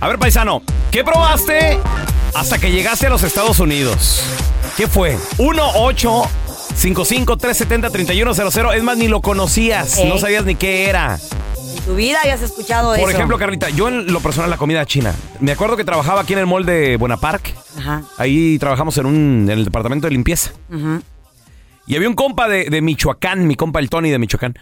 A ver, paisano, ¿qué probaste hasta que llegaste a los Estados Unidos? ¿Qué fue? 1-8-55-370-3100. Es más, ni lo conocías, no Ey. sabías ni qué era. En tu vida habías escuchado eso. Por ejemplo, Carlita, yo en lo personal la comida china. Me acuerdo que trabajaba aquí en el mall de Bonaparte. Ajá. Ahí trabajamos en, un, en el departamento de limpieza. ujú. Y había un compa de, de Michoacán, mi compa el Tony de Michoacán.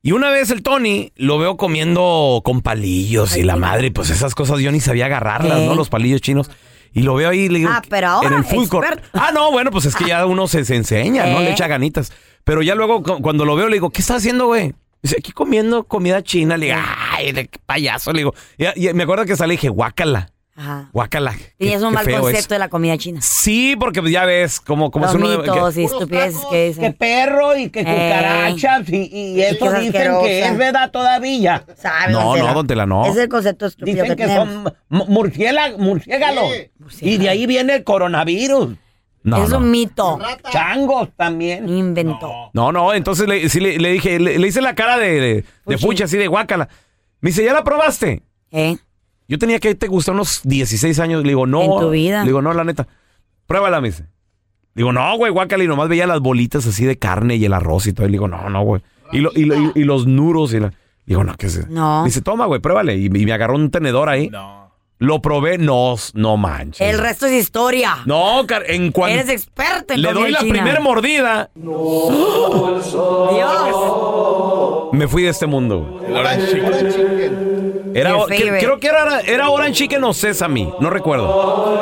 Y una vez el Tony lo veo comiendo con palillos y la madre, pues esas cosas yo ni sabía agarrarlas, ¿Eh? ¿no? Los palillos chinos. Y lo veo ahí y le digo, Ah, pero ahora en el food court. experto. Ah, no, bueno, pues es que ya uno se, se enseña, ¿no? ¿Eh? Le echa ganitas. Pero ya luego cu- cuando lo veo le digo, ¿qué estás haciendo, güey? Dice, aquí comiendo comida china. ¿Eh? Le digo, ay, de qué payaso. Le digo, y, y me acuerdo que salí y dije, guácala, Ajá. guácala. Tenías qué- un qué mal feo es". concepto de la comida china. Sí, porque pues, ya ves como, como Los es uno de- que- mitos y estupideces que Que dicen. perro y que Eh. cucarachas y, y eso cosas dicen que asquerosas. es verdad todavía. ¿Sabes, No, don Tela? no, don Tela, no. Es el concepto estúpido Dicen que, que tenemos. son mu- murciélag- murciélagos. Y de ahí viene el coronavirus. No, es no. un mito. Changos también. Inventó. No, no, entonces le, sí le, le dije, le, le hice la cara de, de, de Fuchi. fuchi, así de guácala. Me dice, ¿ya la probaste? ¿Eh? Yo tenía que te gustar unos 16 años. Le digo, no. En tu vida. Le digo, no, la neta. Pruébala, me dice. Le digo, no, güey, guácala. Y nomás veía las bolitas así de carne y el arroz y todo. Y le digo, no, no, güey. Y, lo- y lo- y- y los nuros y la... Le digo, no, ¿qué es eso? No. Me dice, toma, güey, pruébale. Y, me- y me agarró un tenedor ahí. Lo probé, no, no manches. El resto es historia. No, car- en Eh. Eres cuanto... experto en Le comida doy la china. primera mordida, Dios. me fui de este mundo. güey. Era, Your que- favorite. creo que era, era Orange Chicken o Sesame, no recuerdo.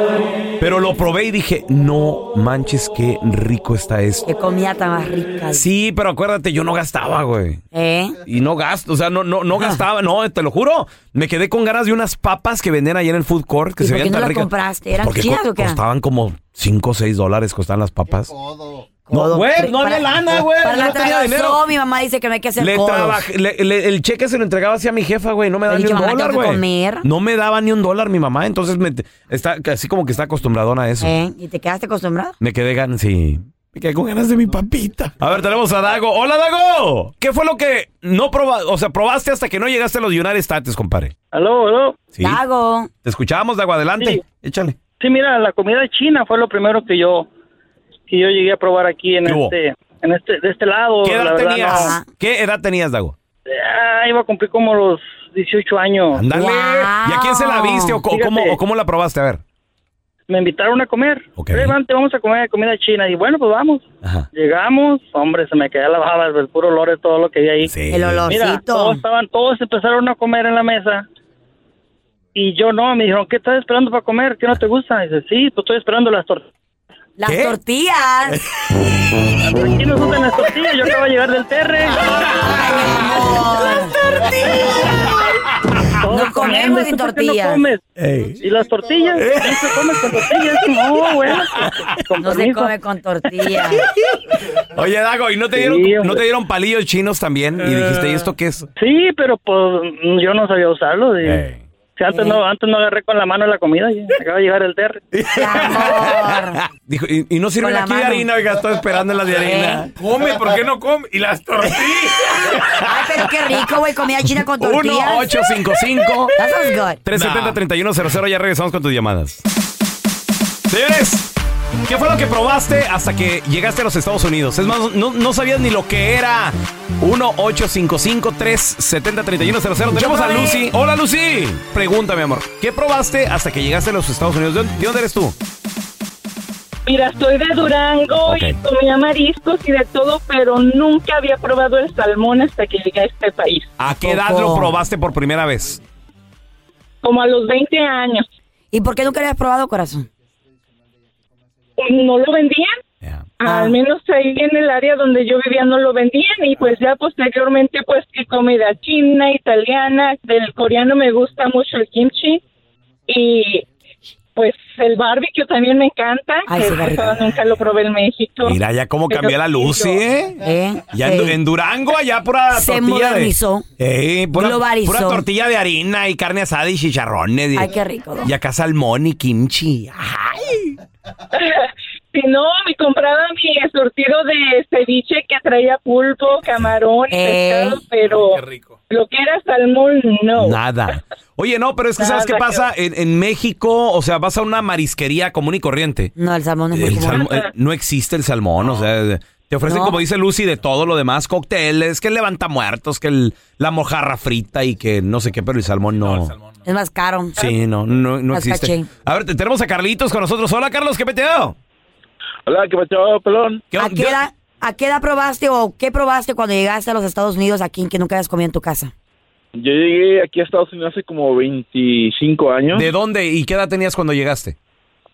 Pero lo probé y dije, no manches, qué rico está esto. Qué comida tan más rica. Sí, pero acuérdate, yo no gastaba, güey. ¿Eh? Ah. Y no gasto, o sea, no, no, no gastaba, no, te lo juro. Me quedé con ganas de unas papas que vendían allá en el food court, que ¿Y se por qué veían no tan las ricas. compraste? ¿Eran Porque chinas co- o qué? Costaban como 5 o 6 dólares, costaban las papas. Codo. güey, no había lana, güey, Para yo la no tenía dinero. tragazón, mi mamá dice que no hay que hacer Le codos. trabajé- le- le- el cheque se lo entregaba así a mi jefa, güey. No me daba Le ni dije, un "Mamá, dólar, tengo que güey. comer". No me daba ni un dólar mi mamá. Entonces me, está así como que está acostumbradona a eso. ¿Eh? ¿Y te quedaste acostumbrado? Me quedé gan sí. Me quedé con ganas de mi papita. A ver, tenemos a Dago. ¡Hola, Dago! ¿Qué fue lo que no probaste? O sea, probaste hasta que no llegaste a los United States, compadre. Aló, aló. Sí. Dago. Te escuchábamos, Dago. Adelante. Sí. Échale. Sí, mira, la comida china fue lo primero que yo que yo llegué a probar aquí en ¿Qué hubo? este en este de este lado. ¿Qué la edad verdad, tenías? no. ¿Qué edad tenías, Dago? no. Ah, iba a cumplir como los 18 años. Ándale. Wow. ¿Y a quién se la viste o, co- Fíjate. cómo, o cómo la probaste? A ver. Me invitaron a comer. Ok. Levante, vamos a comer comida china y bueno, pues vamos. Ajá. Llegamos, hombre, se me quedó la baba el pues, puro olor de todo lo que vi ahí. Sí. El Mira, olorcito. todos estaban, todos empezaron a comer en la mesa. Y yo no, me dijeron, ¿qué estás esperando para comer? ¿Qué no te gusta? Y dice, sí, pues estoy esperando las tortillas. Las ¿Qué? tortillas. Aquí nos gustan las tortillas, yo acabo de llegar del terre. Ay, mi amor. Todo Con- comemos ¿Tú sin por qué tortillas. No comes? ¿Y las tortillas? ¿Eh? ¿No se comes con tortillas? No, güey. Con No se permiso. come con tortilla. Oye, Dago, ¿y no te dieron, Sí, hombre. ¿no te dieron palillos chinos también? Y dijiste, ¿y esto qué es? Sí, pero pues yo no sabía usarlo. y- Ey. Si antes, no, antes no agarré con la mano la comida. ya. Acaba de llegar el terre. Mi amor. Dijo, y, y no sirven Con la aquí de mano. harina, oiga, estoy esperando las de harina. Come, ¿por qué no come? Y las tortillas. Ay, pero qué rico, güey, comida china con tortillas. 1-855. That sounds good. 370-3100, ya regresamos con tus llamadas. Señores, ¿qué fue lo que probaste hasta que llegaste a los Estados Unidos? Es más, no, no sabías ni lo que era. 1-855-370-3100. Tenemos a probé. Lucy. Hola, Lucy. Pregúntame, amor. ¿Qué probaste hasta que llegaste a los Estados Unidos? ¿De dónde, de dónde eres tú? Mira, soy de Durango y Ok. comía mariscos y de todo, pero nunca había probado el salmón hasta que llegué a este país. ¿A qué edad lo probaste por primera vez? Como a los 20 años. ¿Y por qué nunca lo has probado, corazón? Pues No lo vendían, Ah. al menos ahí en el área donde yo vivía no lo vendían y pues ya posteriormente pues que comida china, italiana, del coreano me gusta mucho el kimchi y pues el barbecue también me encanta, Ay, que sí, qué rico. pues, nunca lo probé en México. Mira ya cómo Pero cambió la sí, Lucy, yo- ¿eh? ¿Eh? Ya Sí. en, Du- en Durango, allá pura Se tortilla modernizó. de... Eh, pura, Globalizó. pura tortilla de harina y carne asada y chicharrones. y- Ay, qué rico. ¿no? Y acá salmón y kimchi. ¡Ay! Si no, me compraba mi surtido de ceviche que traía pulpo, camarón, y Eh. pescado, pero Qué rico. lo que era salmón, no. Nada. Oye, no, pero es que ¿sabes qué Nada, pasa? En, en México, o sea, vas a una marisquería común y corriente. No, el salmón es muy El común. salmo- eh, no existe el salmón, o sea, te ofrecen, No. como dice Lucy, de todo lo demás, cócteles, que el levanta muertos, que el- la mojarra frita y que no sé qué, pero el salmón no. Es más caro. Sí, no, no, no Las existe. caché. A ver, te- tenemos a Carlitos con nosotros. Hola, Carlos, ¿qué peteo? Hola, ¿qué pasó, pelón? ¿Qué ¿A on- qué, de- edad, ¿A qué edad probaste o qué probaste cuando llegaste a los Estados Unidos aquí que nunca habías comido en tu casa? Yo llegué aquí a Estados Unidos hace como 25 años. ¿De dónde y qué edad tenías cuando llegaste?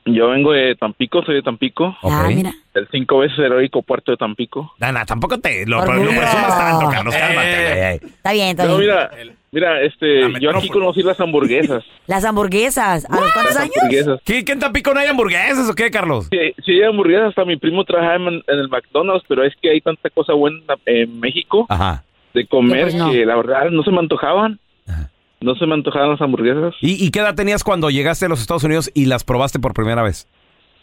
Yo vengo de Tampico, soy de Tampico. Ah, Ok. mira. El cinco veces heroico puerto de Tampico. Dana, tampoco te lo, Por lo mí. presumas tanto, Carlos. Cálmate, güey. Oh, Está bien, está No, bien. mira, mira, este, La yo aquí metrópoli. conocí las hamburguesas. Las hamburguesas. ¿A los cuántos Las años? hamburguesas. ¿Qué, qué en Tampico no hay hamburguesas o qué, Carlos? Sí, sí, hay hamburguesas. Hasta mi primo trabajaba en, en el McDonald's, pero es que hay tanta cosa buena en México Ajá. de comer Sí, pues, no. que la verdad no se me antojaban. No se me antojaban las hamburguesas. ¿Y, y qué edad tenías cuando llegaste a los Estados Unidos y las probaste por primera vez?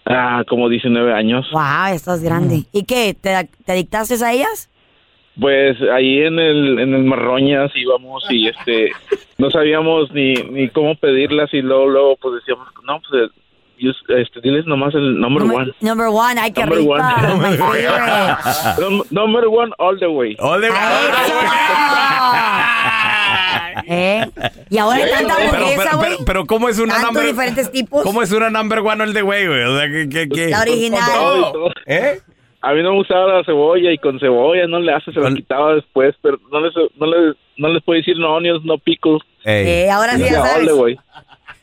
Ah, como 19 años. Wow, estás grande. ¿Y qué? ¿Te, te adictaste a ellas? Pues ahí en el, en el Marroñas íbamos y este no sabíamos ni, ni cómo pedirlas y luego, luego pues decíamos, no, pues eh, us- este, diles nomás el number one. Number, number one. Ay, qué Number rico. one. My favorite. Num- number one all the way. ¡Ole, Ah, ¡Eso! ¿Eh? Y ahora hay tanta Pero, hamburguesa, pero, güey. pero, pero ¿cómo es una Tantos number... diferentes tipos. ¿Cómo es una number one all the way, güey? O sea, ¿qué, qué, qué? Oh, La original. Todo y todo. ¿Eh? A mí no me gustaba la cebolla y con cebolla no le hace, se la Con- quitaba después, pero no les, no les, no les puedo decir no onions, no pickles. Ey. Eh, ahora sí ya Ya, sabes. ole, güey.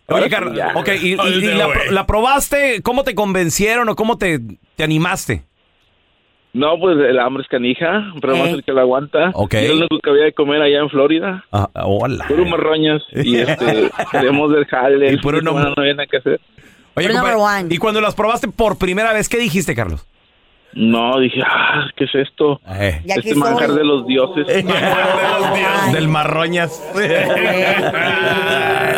Oye, Carlos, Ya. ok, y, y- All y the la, way. la probaste, ¿cómo te convencieron o cómo te, te animaste? No, pues el hambre es canija, pero más Eh. el que la aguanta. Ok. Yo lo único que había de comer allá en Florida. Ah, hola. Puro marroñas y este queremos del Y jale, el puro puro no nom- no había nada que hacer. Oye, Puro compadre, number one. y cuando las probaste por primera vez, ¿qué dijiste, Carlos? No, dije, ah, ¿qué es esto? Eh. Y aquí Este manjar soy. de los dioses. Del marroñas. Eh.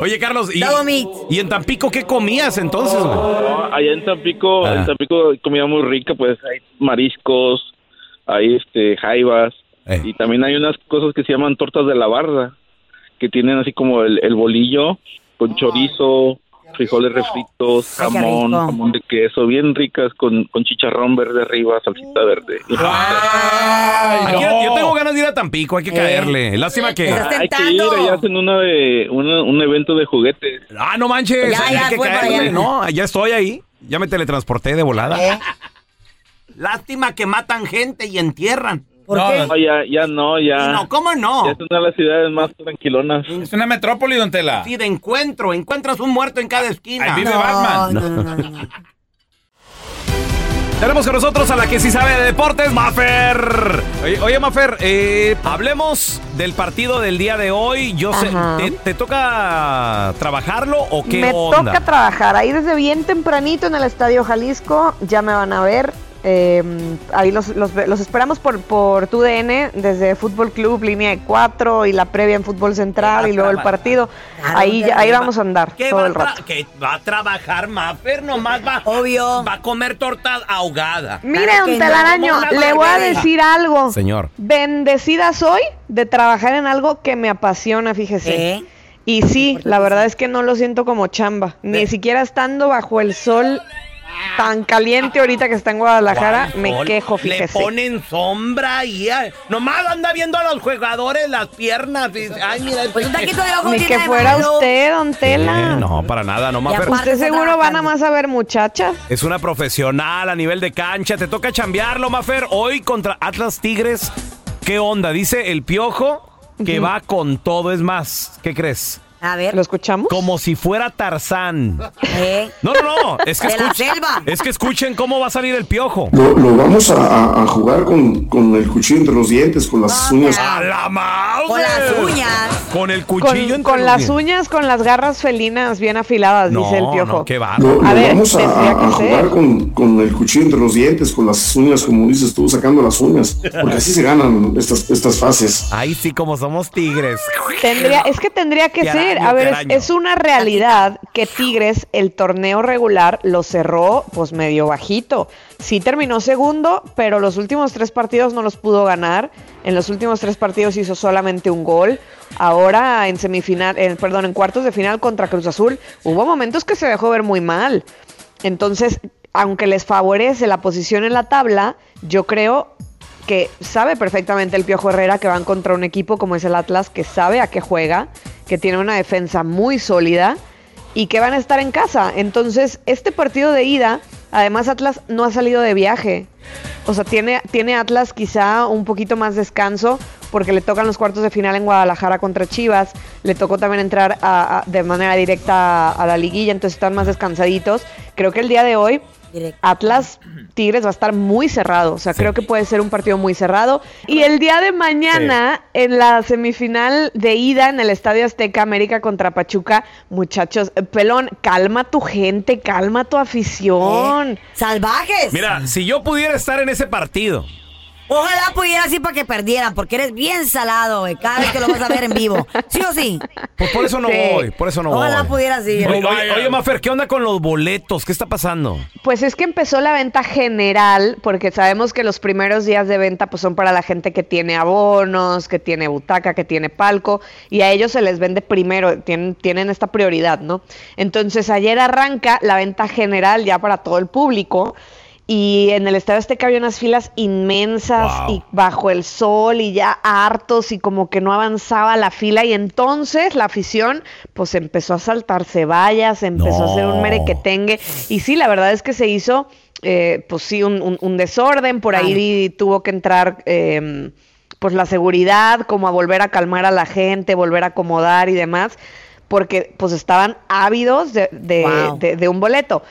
Oye, Carlos, y, Double meat. y en Tampico qué comías entonces, güey? No, allá en Tampico, Ah. en Tampico comida muy rica, pues hay mariscos, hay este jaivas Eh. y también hay unas cosas que se llaman tortas de la barda, que tienen así como el, el bolillo con chorizo, frijoles refritos, Ay, qué jamón, rico. jamón de queso, bien ricas con, con chicharrón verde arriba, salsita verde. Ah, Aquí- Yo tengo ganas de ir a Tampico, Eh. hay que caerle. Lástima que. Estás Hay que ir, tentando. allá hacen una de, una- un evento de juguetes. Ah, no manches. Ya, hay ya, que fue para caerle. allá. No, ya estoy ahí. Ya me teletransporté de volada. Lástima que matan gente y entierran. ¿Por No, qué? No, ya, ya no, ya. Y no, ¿cómo no? Ya es una de las ciudades más tranquilonas. Es una metrópoli, don Tela. Sí, de encuentro. Eh, Encuentras un muerto en cada esquina. Ahí vive No, Batman. no, no, no, no. Tenemos con nosotros a la que sí sabe de deportes, Mafer. Oye, oye, Mafer, eh, hablemos del partido del día de hoy. Yo sé, Ajá. ¿te, te toca trabajarlo o qué me onda? toca trabajar ahí desde bien tempranito en el Estadio Jalisco, ya me van a ver. eh, ahí los, los ve- los esperamos por, por TUDN, desde Fútbol Club, línea de 4 y la previa en Fútbol Central y luego el partido. Ahí, ya- ahí vamos a andar ¿Qué todo va, el a tra- rato. que va a trabajar Mafer? Nomás va, Obvio. va a comer torta ahogada. Mire, don Telaraño, le voy a decir algo. Señor. Bendecida soy de trabajar en algo que me apasiona, fíjese. ¿Eh? Y sí, la verdad es que no lo siento como chamba. Ni siquiera estando bajo el sol tan caliente ahorita que está en Guadalajara, me Sol, quejo, Le fíjese. ponen sombra y ay, nomás anda viendo a los jugadores las piernas. dice, ay, mira, este Pues un taquito de ojo Ni tiene que de fuera malo. usted, don Eh, Tela. no, para nada, no, Mafer. Usted seguro van a más a ver muchachas. Es una profesional a nivel de cancha. Te toca chambearlo, Mafer. Hoy contra Atlas Tigres. ¿Qué onda? Dice el piojo que va con todo. Es más, ¿qué crees? A ver. ¿Lo escuchamos? Como si fuera Tarzán. ¿Eh? No, no, no. Es que, De la escuch- selva. es que escuchen cómo va a salir el piojo. Lo, lo vamos a, a- a jugar con, con el cuchillo entre los dientes, con las Ah, uñas. ¡A la mouse! Con las uñas. Con el cuchillo Con, entre con los las dientes. uñas, con las garras felinas bien afiladas, No, dice el piojo. no, qué Lo, bárbaro. lo A ver, vamos a, tendría que a- a ser. jugar con, con el cuchillo entre los dientes, con las uñas, como dices tú, sacando las uñas. Porque así se ganan estas, estas fases. Ay, sí, como somos tigres. Tendría, es que tendría que Te araño, ser. A te ver, es, araño. es una realidad que Tigres el torneo regular lo cerró pues medio bajito. Sí terminó segundo, pero los últimos tres partidos no los pudo ganar. En los últimos tres partidos hizo solamente un gol. Ahora en semifinal, en- perdón, en cuartos de final contra Cruz Azul hubo momentos que se dejó ver muy mal. Entonces, aunque les favorece la posición en la tabla, yo creo que sabe perfectamente el Piojo Herrera que van contra un equipo como es el Atlas, que sabe a qué juega, que tiene una defensa muy sólida y que van a estar en casa. Entonces, este partido de ida, además Atlas no ha salido de viaje. O sea, tiene, tiene Atlas quizá un poquito más descanso porque le tocan los cuartos de final en Guadalajara contra Chivas, le tocó también entrar a- a- de manera directa a, a la liguilla, entonces están más descansaditos. Creo que el día de hoy Directo. Atlas Tigres va a estar muy cerrado, o sea, creo que puede ser un partido muy cerrado. Y el día de mañana, en la semifinal de ida en el Estadio Azteca América contra Pachuca, muchachos, eh, pelón, calma tu gente, calma tu afición. Salvajes. Mira, si yo pudiera estar en ese partido, Ojalá pudiera así para que perdieran, porque eres bien salado, güey. Cada vez que lo vas a ver en vivo. ¿Sí o sí? pues por eso no Sí. voy, por eso no Ojalá voy. pudiera así. Oye, oye, oye, Mafer, ¿qué onda con los boletos? ¿Qué está pasando? Pues es que empezó la venta general, porque sabemos que los primeros días de venta pues son para la gente que tiene abonos, que tiene butaca, que tiene palco, y a ellos se les vende primero, tienen, tienen esta prioridad, ¿no? Entonces ayer arranca la venta general ya para todo el público. Y en el Estadio Azteca había unas filas inmensas Wow. y bajo el sol y ya hartos y como que no avanzaba la fila y entonces la afición pues empezó a saltarse vallas, empezó a hacer un No. merequetengue y sí, la verdad es que se hizo eh, pues sí un, un- un desorden, por ahí tuvo que entrar eh, pues la seguridad como a volver a calmar a la gente, volver a acomodar y demás, porque pues estaban ávidos de- de- Wow. de- de un boleto.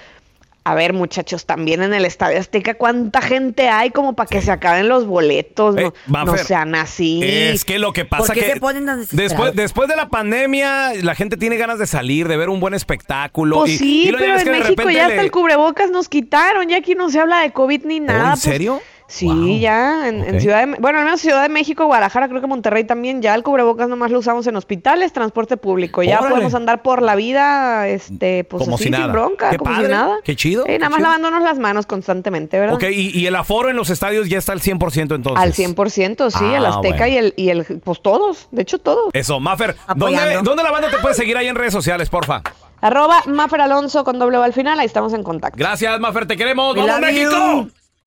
A ver, muchachos, también en el Estadio Azteca, ¿cuánta gente hay como para que se acaben los boletos? Eh, No, no Mafer, sean así. Es que lo que pasa ¿Por qué que se ponen tan desesperados? después, después de la pandemia, la gente tiene ganas de salir, de ver un buen espectáculo. Pues y- sí, y luego pero ves en que de México repente ya le- hasta el cubrebocas nos quitaron, ya aquí no se habla de COVID ni ¿Oh, nada. ¿En pues, serio? Sí, Wow. ya en, en Ok. Ciudad de Me- bueno, al menos Ciudad de México, Guadalajara, creo que Monterrey también, ya el cubrebocas nomás lo usamos en hospitales, transporte público, ya Órale. podemos andar por la vida, este, pues Como así, si nada. sin bronca, Qué como padre, si nada. qué chido, Eh, qué nada más chido. lavándonos las manos constantemente, ¿verdad? Ok, y, y el aforo en los estadios ya está al 100% entonces. Al 100%, sí, el Ah, Azteca bueno. y, el, y el, pues todos, de hecho todos. Eso, Mafer, ¿dónde, Apoyando. ¿dónde la banda te puede seguir ahí en redes sociales, porfa? Arroba Mafer Alonso con doble O al final, ahí estamos en contacto. Gracias, Mafer, te queremos. We ¡Vamos, love México!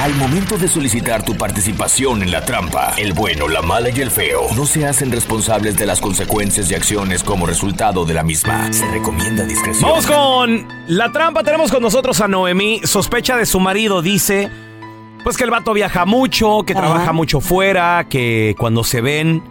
Al momento de solicitar tu participación en la trampa, el bueno, la mala y el feo no se hacen responsables de las consecuencias y acciones como resultado de la misma. Se recomienda discreción. Vamos con la trampa. Tenemos con nosotros a Noemí. Sospecha de su marido, dice. Pues que el vato viaja mucho, que trabaja mucho fuera, que cuando se ven,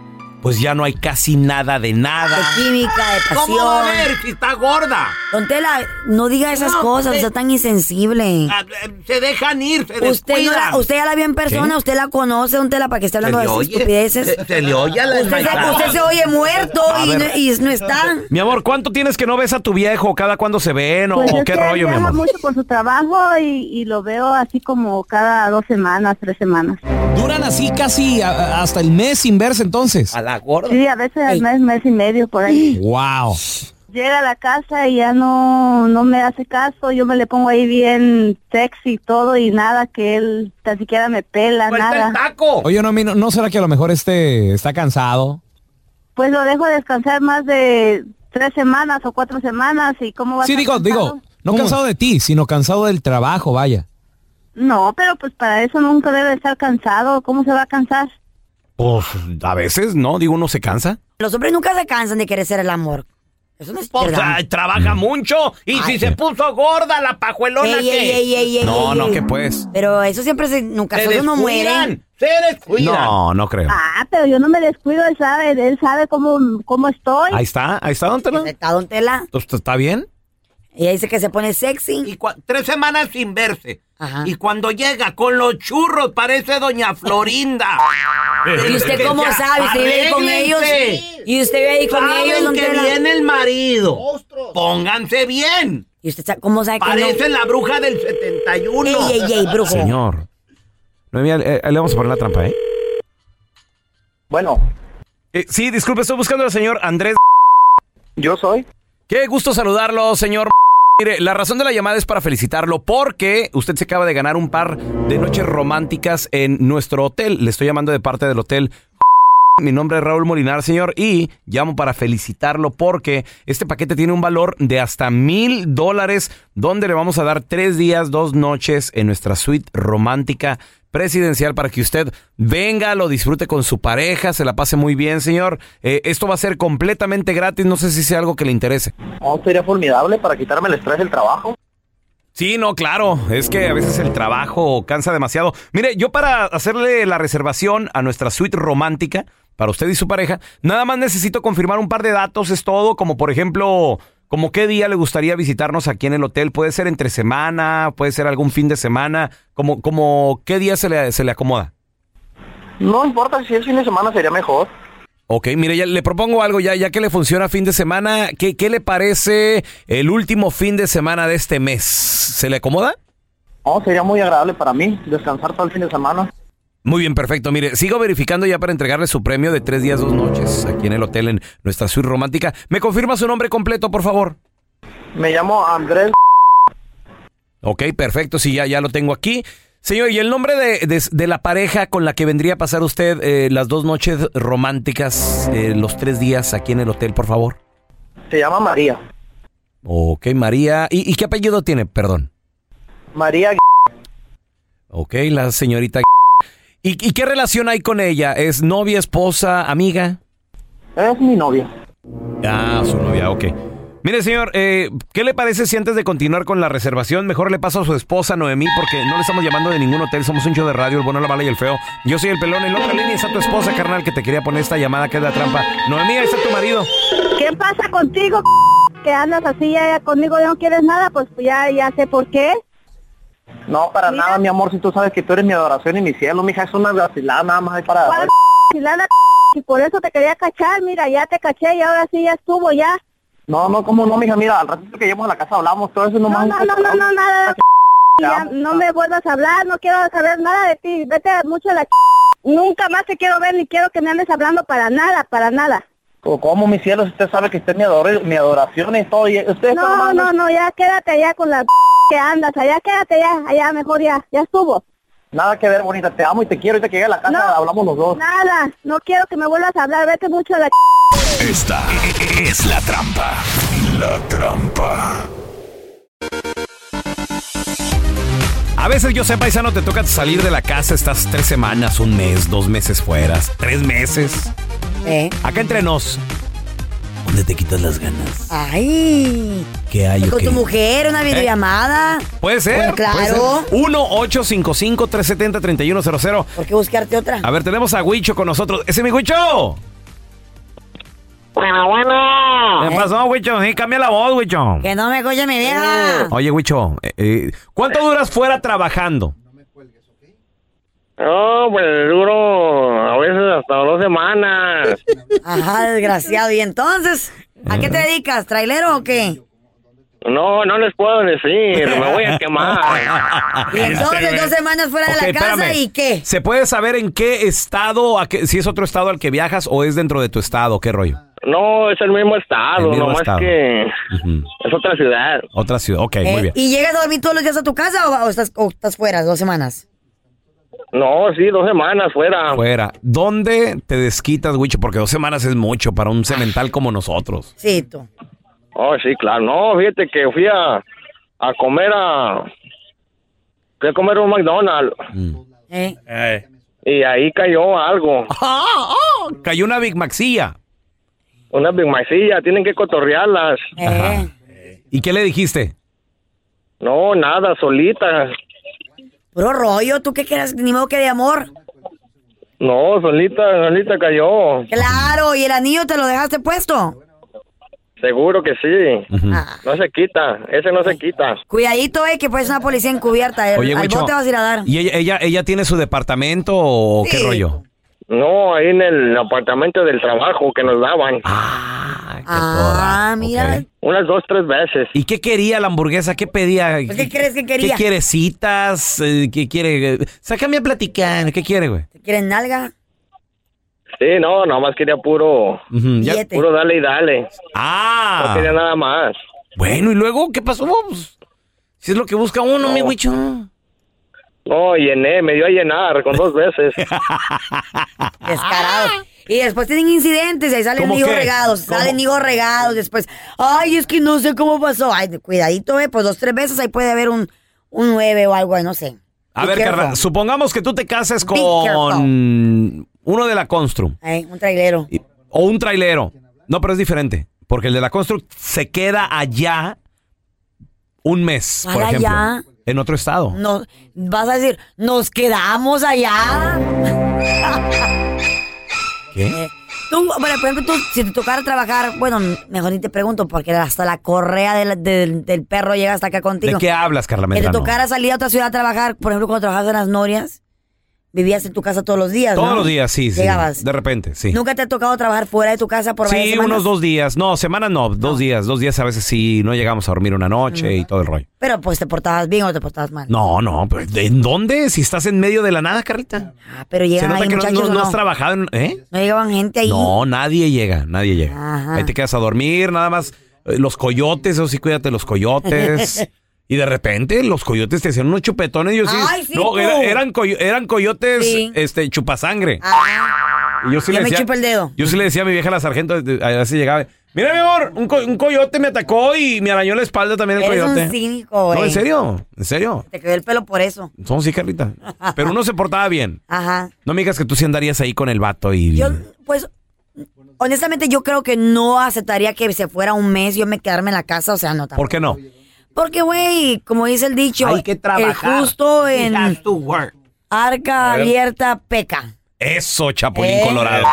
pues ya no hay casi nada de Pues nada. De química, de pasión. ¿Cómo va a ver si está gorda? Don Tela, no diga esas No, cosas, eh. está tan insensible. Ah, eh, Se dejan ir, se Usted, no descuidan. la- usted ya la vio en persona, usted la conoce, don Tela, para que esté hablando de le esas oye? estupideces. Se- se le oye a la usted, se, desmayada. usted se oye muerto A y no, ver. y no está. Mi amor, ¿cuánto tienes que no ves a tu viejo? ¿Cada cuándo se ven? ¿O, Pues o es qué que rollo, mi viaja amor? mucho por su trabajo y, y lo veo así como cada dos semanas, tres semanas. Duran así casi a- a- hasta el mes sin verse entonces. A la gorda. Sí, a veces al mes, mes y medio por ahí. Wow. Llega a la casa y ya no, no me hace caso, yo me le pongo ahí bien sexy y todo y nada, que él tan siquiera me pela, Pues, nada. Oye, no, mi- no, ¿no será que a lo mejor este está cansado. Pues lo dejo descansar más de tres semanas o cuatro semanas y cómo va a Sí, estar digo, Pues cansado? digo, no cansado de ti, sino cansado del trabajo, vaya. No, pero pues para eso nunca debe estar cansado, ¿cómo se va a cansar? Pues a veces, ¿no? Digo, uno se cansa. Los hombres nunca se cansan de querer ser el amor. Eso no es Pues, verdad. ay, trabaja mucho y si se puso gorda la pajuelona Ey, que ey, ey, ey, ey, No, ey, no, ey. que pues. Pero eso siempre se, nunca, se solo no mueren. descuidan, se descuidan. No, no creo. Ah, pero yo no me descuido, él sabe, él sabe cómo, cómo estoy. Ahí está, ahí está, don Tela. Está don Tela. Entonces, ¿Está bien? Ella dice que se pone sexy. Y cua- tres semanas sin verse. Y cuando llega con los churros parece doña Florinda. Este, ¿Y usted cómo sabe? ¿Usted vive ahí con ellos? ¿Y usted vive ahí con ellos, Saben don que Tela? viene el marido. Pónganse bien. ¿Y usted sa- cómo sabe que no? Parece la bruja del 71. Ey, ey, ey, brujo. Señor. Noemí, eh, eh, le vamos a poner la trampa, ¿eh? Bueno. sí, disculpe, estoy buscando al señor Andrés. Yo soy. Qué gusto saludarlo, señor. Mire, la razón de la llamada es para felicitarlo porque usted se acaba de ganar un par de noches románticas en nuestro hotel. Le estoy llamando de parte del hotel. Mi nombre es Raúl Molinar, señor, y llamo para felicitarlo porque este paquete tiene un valor de hasta mil dólares, donde le vamos a dar tres días, dos noches en nuestra suite romántica presidencial para que usted venga, lo disfrute con su pareja, se la pase muy bien, señor. Eh, esto va a ser completamente gratis, no sé si sea algo que le interese. Oh, sería formidable para quitarme el estrés del trabajo. Sí, no, claro. Es que a veces el trabajo cansa demasiado. Mire, yo para hacerle la reservación a nuestra suite romántica, para usted y su pareja, nada más necesito confirmar un par de datos, es todo, como por ejemplo, como qué día le gustaría visitarnos aquí en el hotel. Puede ser entre semana, puede ser algún fin de semana, como, como qué día se le, se le acomoda. No importa si es fin de semana, sería mejor. Ok, mire, ya le propongo algo, ya, ya que le funciona fin de semana, ¿qué, ¿qué le parece el último fin de semana de este mes? ¿Se le acomoda? Oh, sería muy agradable para mí descansar todo el fin de semana. Muy bien, perfecto. Mire, sigo verificando ya para entregarle su premio de tres días, dos noches aquí en el hotel en nuestra suite romántica. ¿Me confirma su nombre completo, por favor? Me llamo Andrés. Ok, perfecto. Sí, ya, ya lo tengo aquí. Señor, ¿y el nombre de, de- de la pareja con la que vendría a pasar usted eh, las dos noches románticas, eh, los tres días aquí en el hotel, por favor? Se llama María. Ok, María. ¿Y, y qué apellido tiene? Perdón. María. Ok, la señorita. ¿Y, y qué relación hay con ella? ¿Es novia, esposa, amiga? Es mi novia. Ah, su novia, ok. Mire, señor, eh, ¿qué le parece si antes de continuar con la reservación, mejor le paso a su esposa Noemí, porque no le estamos llamando de ningún hotel, somos un show de radio, el bueno, la mala y el feo. Yo soy el pelón, en la otra línea está tu esposa, carnal, que te quería poner esta llamada que es la trampa. Noemí, ahí está tu marido. ¿Qué pasa contigo, c-? que andas así ya, ya conmigo ya no quieres nada? Pues ya, ya sé por qué. No, para nada, mi amor, si tú sabes que tú eres mi adoración y mi cielo, mija, es una vacilada nada más ahí para... ¿Cuál vacilada, c-? Y por eso te quería cachar, mira, ya te caché y ahora sí ya estuvo ya. No, no, cómo no, mija, mira, al ratito que lleguemos a la casa hablamos, todo eso No, nomás... no, no, no, no, nada. c-. Ya, no me vuelvas a hablar, no quiero saber nada de ti. Vete mucho a la c-. Nunca más te quiero ver ni quiero que me andes hablando para nada, para nada. O ¿Cómo, mi cielo, si usted sabe que usted es mi, ador- mi adoración y todo? Y usted No, no, no, ya quédate allá con la p- que andas, allá quédate ya, allá mejor ya, ya estuvo. Nada que ver, bonita, te amo y te quiero, ahorita que llegue a la casa hablamos los dos. Nada, no quiero que me vuelvas a hablar, vete mucho a la c- Esta es la trampa. La trampa. A veces yo sé, paisano, te toca salir de la casa, estás tres semanas, un mes, dos meses fuera, tres meses. Eh, Acá entre nos. ¿Dónde te quitas las ganas? Ay. ¿Qué hay o Con qué? tu mujer, Eh. una videollamada. Puede ser. Pues claro. 1-855-370-3100. ¿Por qué buscarte otra? A ver, tenemos a Huicho con nosotros. ¡Ese es mi Huicho! Ah, Bueno, bueno. ¿Qué pasó, Huicho? Sí, cambia la voz, Huicho. Eh, Que no me coye mi vieja. Oye, Huicho, eh, eh, ¿cuánto duras fuera trabajando? No, pues duro a veces hasta dos semanas. Ajá, desgraciado. ¿Y entonces? ¿A Mm. qué te dedicas? ¿Trailero o qué? No, no les puedo decir, me voy a quemar. Y entonces dos semanas fuera de Ah, Ok, la casa espérame. y qué? ¿Se puede saber en qué estado, a qué- si es otro estado al que viajas o es dentro de tu estado? ¿Qué rollo? No, es el mismo estado, El mismo nomás estado. que Ujú. es otra ciudad. Otra ciudad. Ok, Eh, muy bien. ¿Y llegas a dormir todos los días a tu casa o, o estás, o estás fuera dos semanas? No, sí, dos semanas fuera. Fuera. ¿Dónde te desquitas, Huicho? Porque dos semanas es mucho para un cemental como nosotros. Sí, tú. Oh, sí, claro. No, fíjate que fui a, a comer a... Fui a comer un McDonald's. Mm. Y ahí cayó algo. Cayó una Big Maxilla. Una Big Maxilla, tienen que cotorrearlas. Ajá. Eh. ¿Y qué le dijiste? No, nada, solita. Puro rollo, ¿tú qué quieras? Ni modo que de amor. No, solita, solita cayó. Claro, ¿y el anillo te lo dejaste puesto? Seguro que sí. No se quita, ese no se quita. Cuidadito, eh, que puedes una policía encubierta. El, Oye, al Huicho. bote vas a ir a dar. ¿Y ella, ella, ella tiene su departamento o qué Sí. rollo? No, ahí en el apartamento del trabajo que nos daban. Ah, mira. Unas dos, tres veces. ¿Y qué quería la hamburguesa? ¿Qué pedía? Pues, ¿Qué crees que ¿Qué quería? quiere? ¿Citas? Eh, ¿Qué quiere? Eh, Sácame a platicar. ¿Qué quiere, güey? ¿Quieres nalga? Sí, no, nomás quería puro. Ujú, ya- Billete. Puro dale y dale. Ah. No quería nada más. Bueno, ¿y luego qué pasó? Pues, si es lo que busca uno, mi huicho. No, llené, me dio a llenar con dos veces. Descarado. Y después tienen incidentes, y ahí salen ¿Cómo higos qué? regados, ¿Cómo? salen higos regados después. Ay, es que no sé cómo pasó. Ay, cuidadito, eh, pues dos, tres veces ahí puede haber un, un nueve o algo, no sé. A Be ver, careful. carnal, supongamos que tú te cases careful. con uno de la Constru Eh, un trailero. y- pues, o un trailero. No, pero es diferente, porque el de la Constru se queda allá un mes, por ¿Cuál ejemplo, allá? en otro estado. No, vas a decir, nos quedamos allá. Eh, ¿Qué? Tú, bueno, por ejemplo, tú, si te tocara trabajar, bueno, mejor ni te pregunto, porque hasta la correa del, del- del perro llega hasta acá ¿De contigo. qué hablas, Carla Que te Medrano? tocara salir a otra ciudad a trabajar, por ejemplo, cuando trabajabas en las norias, vivías en tu casa todos los días, ¿no? Todos los días, sí, sí. Llegabas. De repente, sí. ¿Nunca te ha tocado trabajar fuera de tu casa por varias Sí, semanas? unos dos días. No, semana no, dos días. Dos días a veces sí, no llegamos a dormir una noche y todo el rollo. Pero pues te portabas bien o te portabas mal. No, no, pues, ¿en dónde? Si estás en medio de la nada, Carlita. Ah, pero Se llegaban nota ahí que no- no, muchachos o no no. has trabajado, en- ¿eh? No llegaban gente ahí. No, nadie llega, nadie llega. Ajá. Ahí te quedas a dormir, nada más. eh, Los coyotes, eso sí, cuídate, los coyotes. y de repente los coyotes te hacían unos chupetones. Yo sí, Ay, sí, no, tú. era- eran, coy- eran coyotes Sí. Ah, este, chupasangre. Y yo sí Ya le me decía, chupa el dedo. Yo sí le decía a mi vieja la sargento, eh, a veces llegaba. Mira, mi amor, un, co- un coyote me atacó y me arañó la espalda también el Eres coyote. un cínico, güey. no, en serio, en serio. Te quedó el pelo por eso. Son sí, Carlita. Pero uno se portaba bien. Ajá. No me digas que tú sí andarías ahí con el vato y. Yo, pues, honestamente yo creo que no aceptaría que se fuera un mes yo me quedarme en la casa, o sea, no tampoco. ¿Por qué no? Porque, güey, como dice el dicho, Hay que trabajar. el justo It en has to work. arca A ver. abierta peca. Eso, Chapulín Eh. Colorado.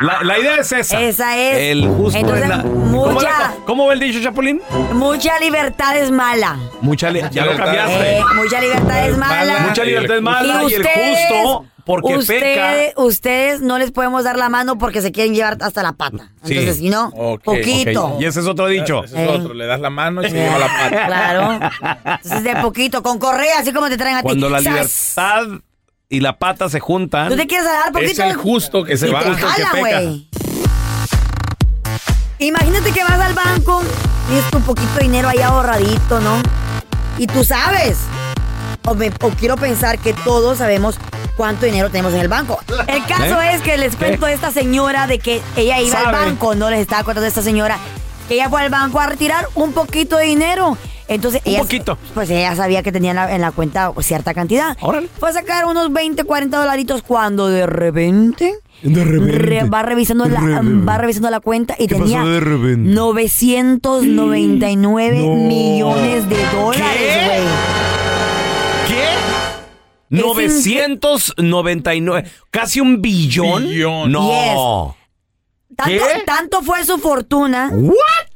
La, la idea es esa. Esa es. El justo Entonces, en la- ¿Cómo, mucha- era- cómo va el dicho, Chapulín? Mucha libertad es mala. Mucha li- ya lo cambiaste. Eh, mucha libertad es mala. Mucha libertad es mala y el justo porque ustedes, Ustedes no les podemos dar la mano porque se quieren llevar hasta la pata. Sí. Entonces, si no, Ok, poquito. ok. Y ese es otro dicho. Ese es otro. Le das la mano y se lleva la pata. Claro. Entonces, de poquito, con correa, así como te traen a ti. Cuando la ¡Sas! libertad y la pata se juntan. ¿Tú te quieres agarrar poquito? Es el justo que se y va. te Justo que jala, peca. güey. Imagínate que vas al banco y es tu poquito de dinero ahí ahorradito, ¿no? Y tú sabes. O, me- o quiero pensar que todos sabemos cuánto dinero tenemos en el banco. El caso ¿Eh? es que les cuento ¿Qué? a esta señora de que ella iba al Sabe. banco, no les estaba contando a esta señora, que ella fue al banco a retirar un poquito de dinero. Entonces, Un ella- poquito. Pues ella sabía que tenía en la, en la cuenta cierta cantidad. Fue a sacar unos 20, 40 dolaritos cuando de repente re- va revisando la va revisando la cuenta y ¿Qué tenía pasó de repente? Mm. 999 millones de dólares, güey. ¿Qué? 999, casi un billón. No. Tanto, ¿Qué? tanto fue su fortuna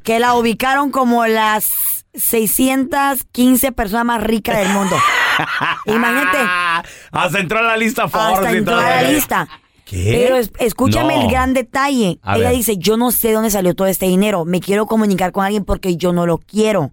que la ubicaron como las 615 personas más ricas del mundo. Imagínate, Ah, Hasta entró a la lista Forbes hasta y entró todo. a la lista. ¿Qué? Pero es- escúchame No. el gran detalle. A Ella ver. dice, yo no sé dónde salió todo este dinero. Me quiero comunicar con alguien porque yo no lo quiero.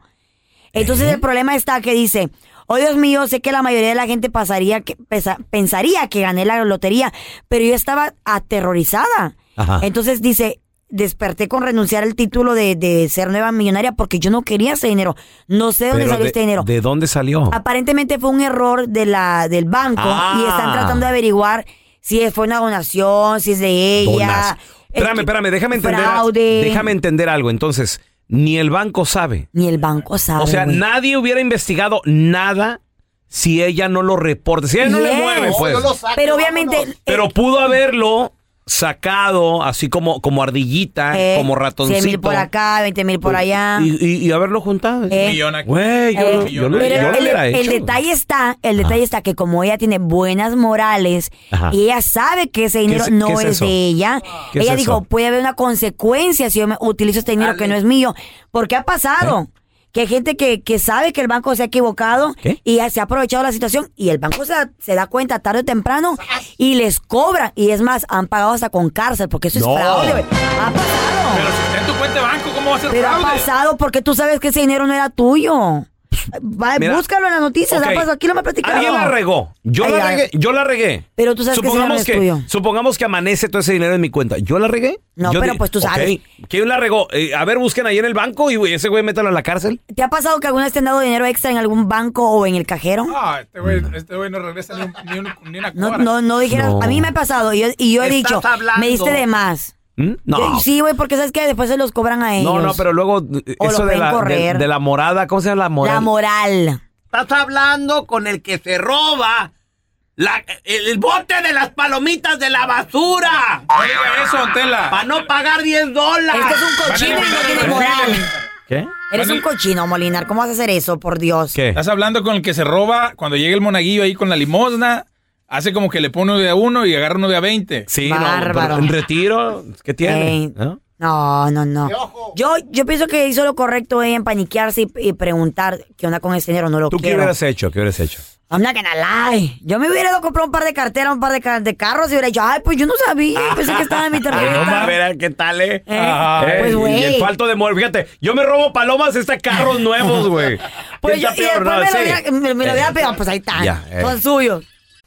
Entonces ¿Eh? el problema está que dice, oh Dios mío, sé que la mayoría de la gente pasaría que, pesa- pensaría que gané la lotería, pero yo estaba aterrorizada. Ajá. Entonces dice, desperté con renunciar al título de, de ser nueva millonaria porque yo no quería ese dinero. No sé dónde Pero salió de, este dinero. ¿De dónde salió? Aparentemente fue un error de la, del banco Ah. y están tratando de averiguar si fue una donación, si es de ella. Donas. Espérame, espérame, déjame entender. fraude. Déjame entender algo. Entonces, ni el banco sabe. Ni el banco sabe. O sea, güey. nadie hubiera investigado nada si ella no lo reporta. Si ella no le Yes. Eh, mueve, pues. Pero obviamente. Pero pudo haberlo sacado así como, como ardillita, eh, Ah, como 100 mil ratoncito. Pues, por acá, 20 mil por allá. Y, y- y haberlo juntado. Eh. Güey, yo, Eh, yo lo, pero yo lo el, hubiera el hecho. detalle está, el detalle está que como ella tiene buenas morales Ajá. y ella sabe que ese dinero es- no qué es, es eso? de ella, ¿Qué es ella eso? dijo, puede haber una consecuencia si yo me utilizo este dinero que no es mío, porque ha pasado. Que hay gente que, que sabe que el banco se ha equivocado y ya se ha aprovechado la situación y el banco se, da- se da cuenta tarde o temprano y les cobran. Y es más, han pagado hasta con cárcel porque eso No. es fraude. güey. Ha pasado. Pero si está en tu cuenta de banco, ¿cómo va a ser Pero ha fraude? pasado porque tú sabes que ese dinero no era tuyo. Va, Mira, búscalo en las noticias. ok. Ha pasado, aquí lo me platicado. Alguien la regó. Yo Ay, la ay. regué. Yo la regué. Pero tú sabes que ese dinero no es tuyo. Supongamos que amanece todo ese dinero en mi cuenta. ¿Yo la regué? No, Yo pero di- pues tú ok, sabes. ¿Quién la regó? Eh, a ver, busquen ahí en el banco y güey, ese güey métalo a la cárcel. ¿Te ha pasado que alguna vez te han dado dinero extra en algún banco o en el cajero? Ah, este güey este güey no regresa ni, un- ni un- ni una No, cuadra. no, no dijeras. A mí me ha pasado y yo, y yo he Estás dicho, hablando. me diste de más. ¿Mm? Yo- No. Eh, sí, güey, porque sabes que después se los cobran a ellos. No, no, pero luego eh, O lo eso de pueden la, de, correr. de la morada, ¿cómo se llama la morada? La moral. Estás hablando con el que se roba la- el, el bote de las palomitas de la basura. Oiga eso, don Tela. Para no pagar 10 dólares. Este es un cochino y no tiene moral. ¿Qué? Eres un cochino, Molinar. ¿Cómo vas a hacer eso, por Dios? Estás hablando con el que se roba cuando llega el monaguillo ahí con la limosna. Hace como que le pone uno de a uno y agarra uno de a veinte. Sí, no, pero en retiro, ¿qué tiene? Ey. ¿No? No, no, no. Yo, yo pienso que hizo lo correcto ella en paniquearse y, y preguntar qué onda con ese dinero, no lo ¿Tú qué quiero. hubieras hecho? ¿Qué hubieras hecho? I'm not gonna lie. Yo me hubiera ido a comprar un par de carteras, un par de, ca- de carros y hubiera dicho, ay, pues yo no sabía, pensé que estaba en mi Ah, tarjeta. a ver, ¿qué tal, eh? Ay, pues, güey. y el falto de muerte. Fíjate, yo me robo palomas, está carros nuevos, güey. Pues ¿Qué yo, está y peor? después No, me, sí. lo hubiera, me- me lo hubiera Eh, pegado, pues ahí está. Ya, eh. Son suyos.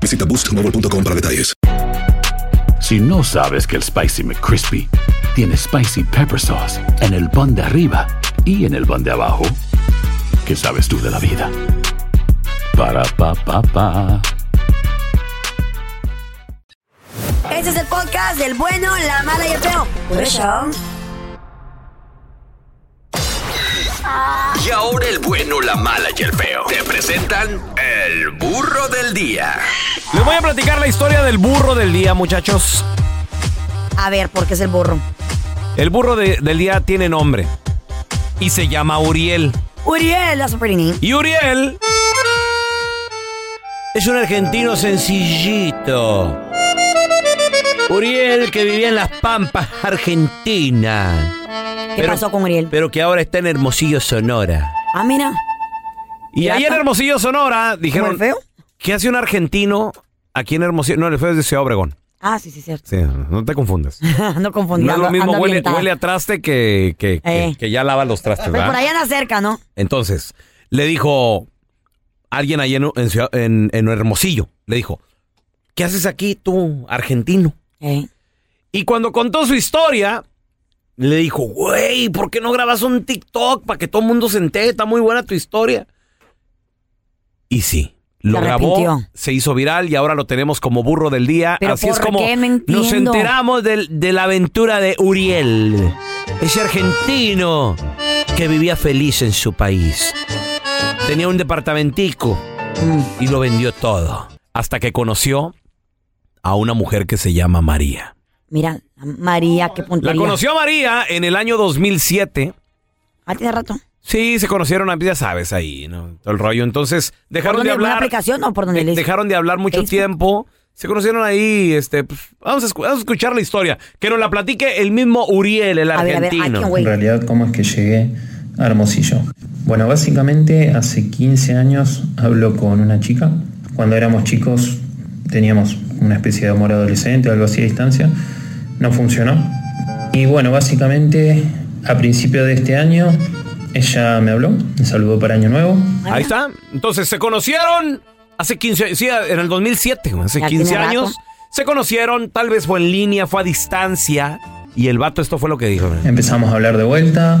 Visita boostmobile.com para detalles. Si no sabes que el Spicy McCrispy tiene Spicy Pepper Sauce en el pan de arriba y en el pan de abajo, ¿qué sabes tú de la vida? Para, pa, pa, pa. Ese es el podcast del bueno, la mala y el feo. Por eso. Y ahora el bueno, la mala y el feo te presentan el burro del día. Les voy a platicar la historia del burro del día, muchachos. A ver, porque es el burro. El burro de- del día tiene nombre y se llama Uriel. Uriel, that's a pretty name. Y Uriel Es un argentino sencillito. Uriel que vivía en las Pampas, Argentina. ¿Qué pasó con Uriel? Pero que ahora está en Hermosillo, Sonora. Ah, mira. Y ahí en Hermosillo, Sonora, dijeron... ¿Qué hace un argentino aquí en Hermosillo? No, el feo es de Ciudad Obregón. Ah, sí, sí, cierto. Sí, no te confundas. no confundí. No es lo ando- mismo, ando huele, ambientada. huele a traste que, que, que- Eh. que ya lava los trastes, Pero por ¿verdad? allá anda cerca, ¿no? Entonces, le dijo alguien ahí en, en Ciudad- en- en Hermosillo, le dijo, ¿qué haces aquí tú, argentino? Eh. Y cuando contó su historia, le dijo, güey, ¿por qué no grabas un TikTok para que todo el mundo se entere? Está muy buena tu historia. Y sí, lo Se grabó, arrepintió. se hizo viral y ahora lo tenemos como burro del día. Pero Así es ¿por como qué? No nos entiendo. enteramos del- de la aventura de Uriel. Ese argentino que vivía feliz en su país. Tenía un departamentico Mm. y lo vendió todo. Hasta que conoció a una mujer que se llama María. Mira, María, qué puntería. La conoció a María en el año 2007. Ah, tiene rato. Sí, se conocieron, ah, ya sabes, ahí, ¿no? Todo el rollo. Entonces, dejaron ¿Por de dónde? ¿Una hablar. aplicación o por dónde de- le hizo? Dejaron de hablar mucho Facebook. tiempo. Se conocieron ahí, este, pues, vamos, a escu- vamos a escuchar la historia. Que nos la platique el mismo Uriel, el argentino. En realidad, ¿cómo es que llegué a Hermosillo? Bueno, básicamente hace 15 años hablo con una chica. Cuando éramos chicos teníamos una especie de amor adolescente o algo así a distancia. No funcionó. Y bueno, básicamente a principio de este año ella me habló, me saludó para Año Nuevo. Ahí está. Entonces, se conocieron hace 15 años, sí, en el 2007, hace Ya 15 tiene rato. años. Se conocieron, tal vez fue en línea, fue a distancia. Y el vato esto fue lo que dijo. Empezamos a hablar de vuelta,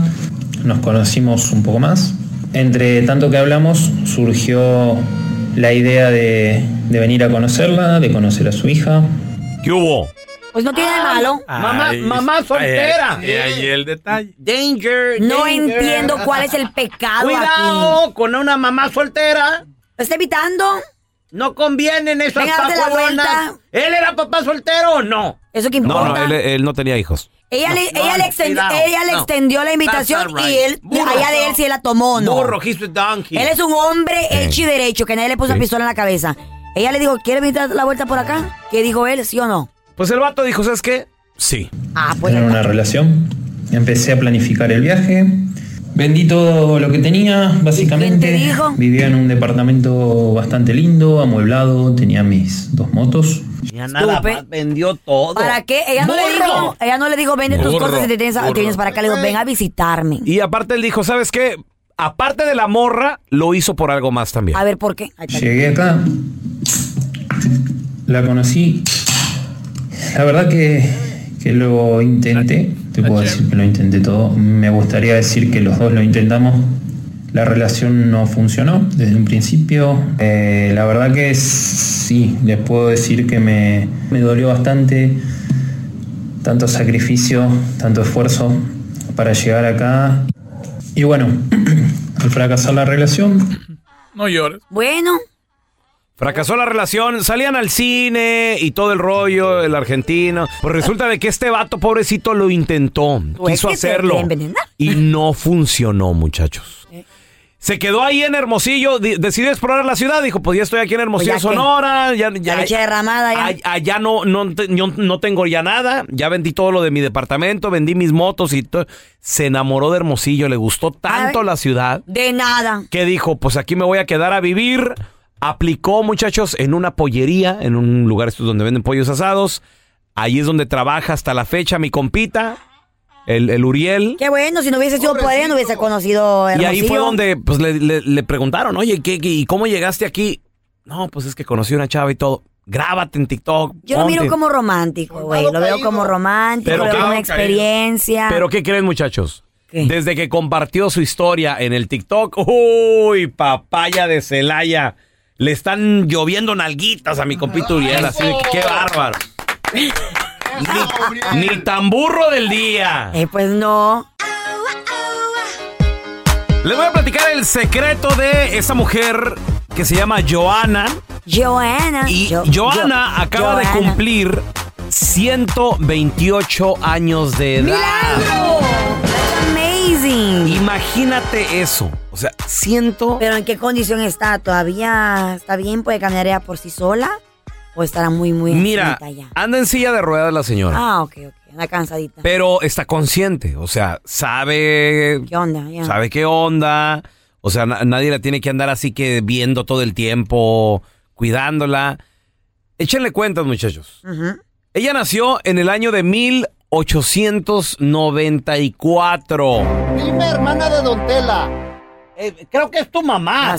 nos conocimos un poco más. Entre tanto que hablamos, surgió la idea de, de venir a conocerla, de conocer a su hija. ¿Qué hubo? Pues no tiene de malo. Mamá- Ay, mamá soltera. Y ahí el detalle. Danger. No danger. entiendo cuál es el pecado Cuidado aquí. con una mamá soltera. ¿Lo está evitando? No convienen esas Venga, date la pajuelonas. ¿Él era papá soltero o no? ¿Eso qué No, importa? no, él, él no tenía hijos. Ella, le, ella le extendió, cuidado, ella le no. extendió la invitación That's not right. y él, Burro. allá de él sí la tomó, ¿no? Burro, he's a donkey. Él es un hombre Sí. hecho y derecho, que nadie le puso Sí. una pistola en la cabeza. Ella le dijo, ¿quiere venir a dar la vuelta por acá? ¿Qué dijo él? ¿Sí o no? Pues el vato dijo, ¿sabes qué? Sí. Ah, pues. Tener una relación. Empecé a planificar el viaje. Vendí todo lo que tenía, básicamente. Vivía en un departamento bastante lindo, amueblado, tenía mis dos motos. Ya nada más vendió todo. ¿Para qué? Ella no le Burro. dijo, ella no le dijo, vende tus Burro, cosas y te tienes, te burro. vienes para acá. Le dijo, ven a visitarme. Y aparte él dijo, ¿sabes qué? Aparte de la morra, lo hizo por algo más también. A ver, ¿por qué? Ahí está. Llegué acá, la conocí. La verdad que, que lo intenté, te puedo decir que lo intenté todo. Me gustaría decir que los dos lo intentamos. La relación no funcionó desde un principio. Eh, la verdad que sí, les puedo decir que me, me dolió bastante. Tanto sacrificio, tanto esfuerzo para llegar acá. Y bueno, al fracasar la relación, No llores. Bueno, Fracasó la relación, salían al cine y todo el rollo, el argentino. Pues resulta de que este vato pobrecito lo intentó, Pues quiso que te hacerlo quiere envenenar. y no funcionó, muchachos. Se quedó ahí en Hermosillo, di- decidió explorar la ciudad, dijo, pues ya estoy aquí en Hermosillo, Pues ya qué. Sonora, ya, ya- La leche derramada ya. a- allá no, no, te- yo no tengo ya nada, ya vendí todo lo de mi departamento, vendí mis motos y todo. Se enamoró de Hermosillo, le gustó tanto la ciudad De nada. que dijo, pues aquí me voy a quedar a vivir. Aplicó, muchachos, en una pollería, en un lugar estos donde venden pollos asados. Ahí es donde trabaja hasta la fecha mi compita, el, el Uriel. Qué bueno, si no hubiese sido por él, no hubiese conocido Y Hermosillo. ahí fue donde pues, le, le- le preguntaron, oye, ¿qué, qué- y cómo llegaste aquí? No, pues es que conocí a una chava y todo. Grábate en TikTok. Yo lo miro ponte". como romántico, güey. Lo veo como romántico, Pero lo veo qué- como una experiencia. Pero ¿qué creen, muchachos? Desde que compartió su historia en el TikTok, uy, papaya de Celaya. Le están lloviendo nalguitas a mi compito Uriel, así de que qué bárbaro. Ni, ni tamburro del día. Ah. Eh, pues no. Les voy a platicar el secreto de esa mujer que se llama Joana. Joana. Y Jo- Joana Jo- acaba de Joana. cumplir 128 años de edad. Amazing. Imagínate eso. O sea, siento. Pero ¿en qué condición está? ¿Todavía está bien? ¿Puede caminar ella por sí sola? ¿O estará muy, muy Mira, encinta ya? anda en silla de ruedas la señora, Ah, ok, ok. Una cansadita. pero está consciente, o sea, sabe ¿Qué onda? Ya. sabe qué onda, o sea, na- nadie la tiene que andar así que viendo todo el tiempo, cuidándola. Échenle cuentas, muchachos. Ujú. Ella nació en el año de 1894. Prima hermana de Don Tela. Eh, creo que es tu mamá.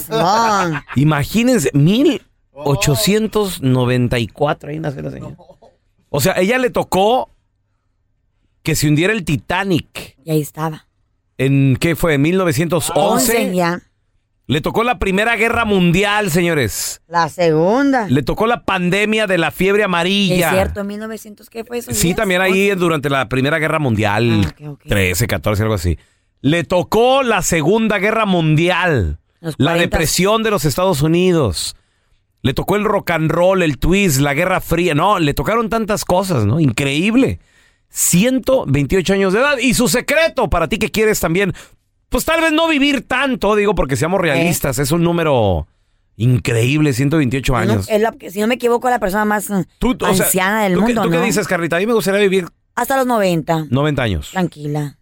Imagínense, 1894 ahí nació la señora. O sea, ella le tocó que se hundiera el Titanic. Y ahí estaba. Ah, ¿En qué fue? Once, 1911. ya. Le tocó la Primera Guerra Mundial, señores. La segunda. Le tocó la pandemia de la fiebre amarilla. Es cierto, en 1900, ¿qué fue eso? Sí, también ahí durante la Primera Guerra Ah, Mundial, 13, 14, algo así. Le tocó la Segunda Guerra Mundial, Los la 40. depresión de los Estados Unidos. Le tocó el rock and roll, el twist, la Guerra Fría. No, le tocaron tantas cosas, ¿no? Increíble. 128 años de edad. Y su secreto para ti que quieres también, pues tal vez no vivir tanto, digo, porque seamos realistas, es un número increíble, 128 No, años. es la- si no me equivoco, la persona más mm, O sea, anciana del ¿tú qué- mundo, ¿Tú qué ¿no? dices, Carlita? A mí me gustaría vivir Hasta los 90. 90 años. Tranquila.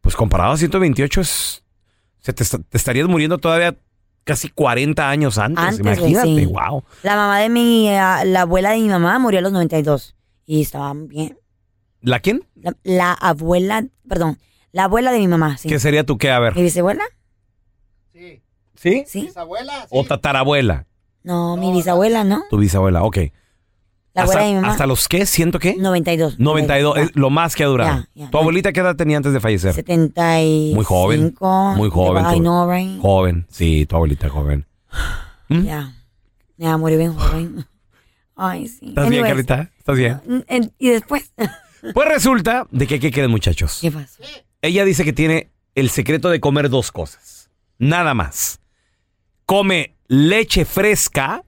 Pues comparado a 128 es... se te, está- te estarías muriendo todavía casi 40 años antes. Antes, güey, Pues Imagínate, sí. wow. La mamá de mi, eh, la abuela de mi mamá murió a los 92 y estaba bien. ¿La quién? La, la abuela, perdón, la abuela de mi mamá, sí. ¿Qué sería tu qué? A ver. ¿Mi bisabuela? ¿Sí? O tatarabuela, No, mi bisabuela, ¿no? tu bisabuela, ok. La hasta, abuela de mi mamá. ¿Hasta los qué? ¿Ciento qué? 92. 92, es lo más que ha durado. Ya, ya. ¿Tu abuelita qué edad tenía antes de fallecer? 75. Muy joven. Muy joven. Ay, tu- no, right? Joven, sí, tu abuelita joven. ¿Mm? Ya. Ya murió bien joven. Ay, sí. ¿Estás bien, Anyways, Carlita? ¿Estás bien? n- en- Y después. Pues resulta de que, ¿qué creen, muchachos? ¿Qué pasó? Ella dice que tiene el secreto de comer dos cosas. Nada más. Come leche fresca.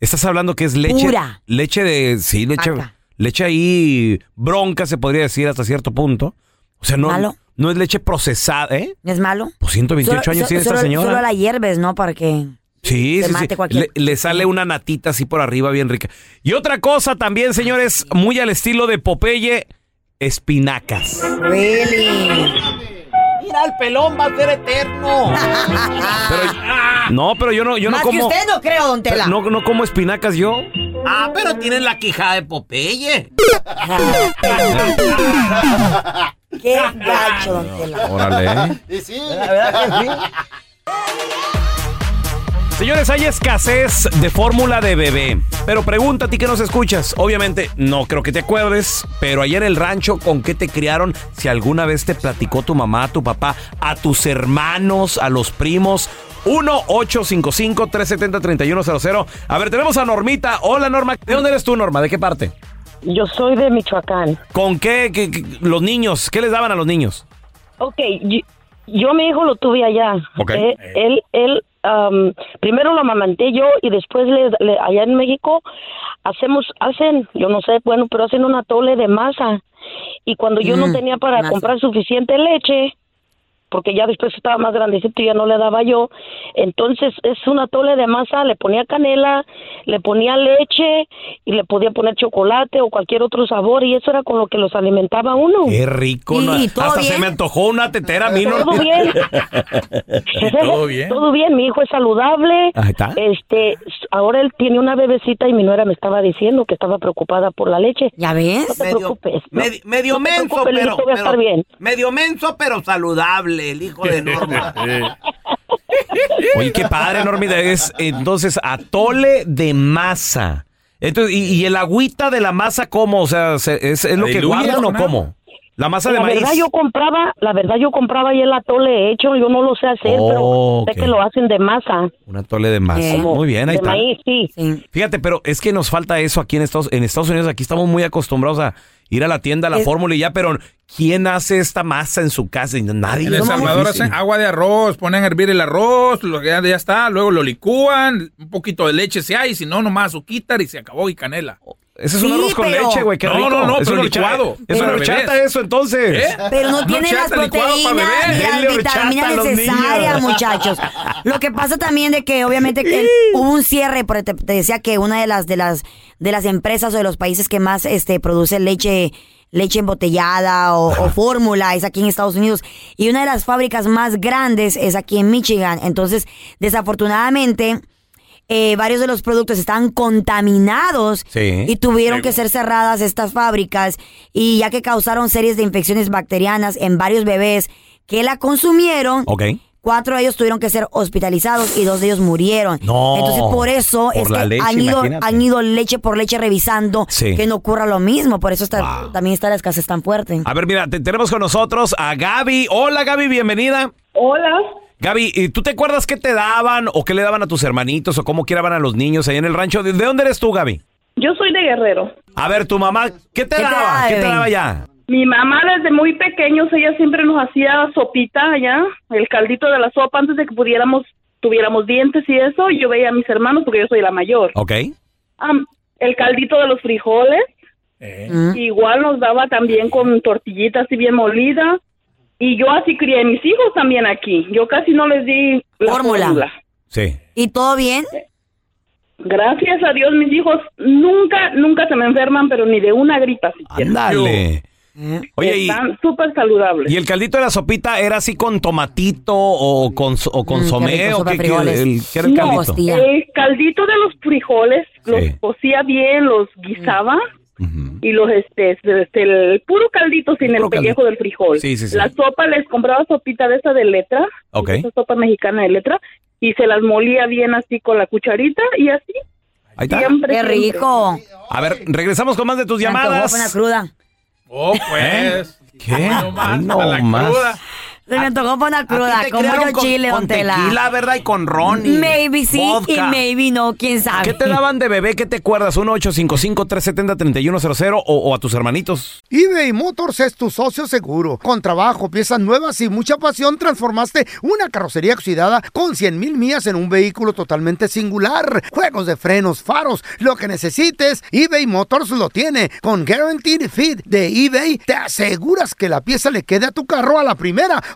Estás hablando que es leche. Pura. Leche de. Sí, leche. Vaca. Leche ahí bronca, se podría decir, hasta cierto punto. O sea, no, Malo. no es leche procesada, ¿eh? ¿No ¿Es malo? Pues 128 Solo- años so- tiene esta solo- señora. Solo la hierves, ¿no? Para que... Sí, se sí, sí. mate Le, cualquier- le sale una natita así por arriba bien rica. Y otra cosa también, señores, muy al estilo de Popeye, espinacas. Mira, el pelón va a ser eterno. No, pero yo no, yo Más no que como. usted, no creo, don Tela. No, no como espinacas yo. Ah, pero tienes la quijada de Popeye. Qué gacho, don Tela. Órale. Y sí, la verdad que sí. Señores, hay escasez de fórmula de bebé. Pero pregunta a ti que nos escuchas. Obviamente, no creo que te acuerdes, pero allá en el rancho, ¿con qué te criaron? Si alguna vez te platicó tu mamá, tu papá, a tus hermanos, a los primos. 1-855-370-3100. A ver, tenemos a Normita. Hola, Norma. ¿De dónde eres tú, Norma? ¿De qué parte? Yo soy de Michoacán. ¿Con qué, qué- qué- los niños? ¿Qué les daban a los niños? Ok, yo, yo mi hijo lo tuve allá. Ok. Eh, Él, él, am, primero lo amamanté yo y después le, le- allá en México hacemos, hacen, yo no sé, bueno, pero hacen una tole de masa. Y cuando yo no Mm, tenía para masa. comprar suficiente leche, porque ya después estaba más grandecito y ya no le daba yo. Entonces es una tole de masa, le ponía canela, le ponía leche y le podía poner chocolate o cualquier otro sabor y eso era con lo que los alimentaba uno. Qué rico. Y- no- y todo Hasta se bien. me antojó una tetera a mí. ¿no? Todo bien. Todo bien. Todo bien, mi hijo es saludable. ¿Eh? Ah, Ahí está. Este, s- ahora él tiene una bebecita y mi nuera me estaba diciendo que estaba preocupada por la leche. ¿Ya No ves? te preocupes. no. Medi- medio No te menso, preocupes, pero, Lito, voy a pero- estar bien. Medio menso, pero saludable, el hijo de Norma. Oye, qué padre, Normita. Es entonces atole de masa. Entonces, y, y el agüita de la masa cómo? O sea, se- ¿es, es lo ¿La que diluyes guardan o con algo? cómo? La masa de La maíz. verdad yo compraba, la verdad yo compraba y el atole hecho, yo no lo sé hacer, Oh, pero sé ok. que lo hacen de masa. Un atole de masa. Como Muy bien, ahí de está. maíz, sí. Fíjate, pero es que nos falta eso aquí en Estados, en Estados Unidos. Aquí estamos muy acostumbrados a ir a la tienda, a la Es- fórmula y ya, pero ¿quién hace esta masa en su casa? Y Nadie. En El Es Salvador difícil. hacen agua de arroz, ponen a hervir el arroz, lo, ya, ya está, luego lo licúan, un poquito de leche si hay, si no, nomás azúcar y se acabó y canela. Oh, Ese es un Sí, arroz con pero- leche, güey, qué no, rico. No, no, Es es una un horchata- licuado. es una horchata eso, entonces. ¿Eh? Pero no tiene las proteínas ni las vitaminas necesarias, muchachos. Lo que pasa también de que obviamente que hubo un cierre, porque te, te decía que una de las de las de las empresas o de los países que más este produce leche leche embotellada o, o fórmula es aquí en Estados Unidos y una de las fábricas más grandes es aquí en Michigan. Entonces, desafortunadamente eh, varios de los productos están contaminados Sí. y tuvieron Luego. que ser cerradas estas fábricas y ya que causaron series de infecciones bacterianas en varios bebés que la consumieron, Ok. cuatro de ellos tuvieron que ser hospitalizados y dos de ellos murieron. No. Entonces por eso Por es la que leche, han, ido, imagínate. han ido leche por leche revisando Sí. que no ocurra lo mismo, por eso está, también está la escasez tan fuerte. A ver, mira, te- tenemos con nosotros a Gaby. Hola, Gaby, bienvenida. Hola. Gaby, ¿y ¿tú te acuerdas qué te daban o qué le daban a tus hermanitos o cómo quieran a los niños ahí en el rancho? ¿De, de dónde eres tú, Gaby? Yo soy de Guerrero. A ver, tu mamá, ¿qué te ¿Qué te daba? daba, ¿Qué te bebé? daba ya? Mi mamá desde muy pequeños, ella siempre nos hacía sopita allá, el caldito de la sopa antes de que pudiéramos, tuviéramos dientes y eso, y yo veía a mis hermanos porque yo soy la mayor. Ok. Am, el caldito de los frijoles, Eh. Mm. igual nos daba también con tortillita así bien molida, y yo así crié a mis hijos también aquí, yo casi no les di la Fórmula. fórmula. Sí. ¿Y todo bien? Gracias a Dios mis hijos nunca, nunca se me enferman, pero ni de una gripa siquiera. Dale. Mm. Oye, y, Están súper saludables. y el caldito de la sopita era así con tomatito o con, so- o Mm, consomé? rico, o sopa qué, de qué- frijoles. el- qué era el No, caldito? el caldito de los frijoles Sí. los cocía bien, los guisaba y los este, este, el puro caldito sin el, pellejo del frijol. Sí, sí, sí. La sopa les compraba sopita de esa de letra, Ok. esa sopa mexicana de letra y se las molía bien así con la cucharita y así. Ahí está. Siempre, Qué siempre. rico. A ver, regresamos con más de tus Me antojó, fue una llamadas. ¿Eh? cruda. Oh, pues. ¿Qué? Ay, no hasta la más. cruda. Se me antojó por una cruda, te con criaron mucho con- chile, con don Tela. tequila, ¿verdad? Y con ron y Maybe sí y vodka. maybe no, quién sabe. ¿Qué te daban de bebé? ¿Qué te acuerdas? 1-855-370-3100 o, o a tus hermanitos. eBay Motors es tu socio seguro. Con trabajo, piezas nuevas y mucha pasión, transformaste una carrocería oxidada con 100.000 mil millas en un vehículo totalmente singular. Juegos de frenos, faros, lo que necesites, eBay Motors lo tiene. Con Guaranteed Fit de eBay, te aseguras que la pieza le quede a tu carro a la primera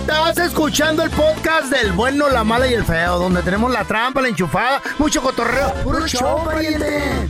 Estás escuchando el podcast del bueno, la mala y el feo, donde tenemos la trampa, la enchufada, mucho cotorreo. ¡Puro show, pariente!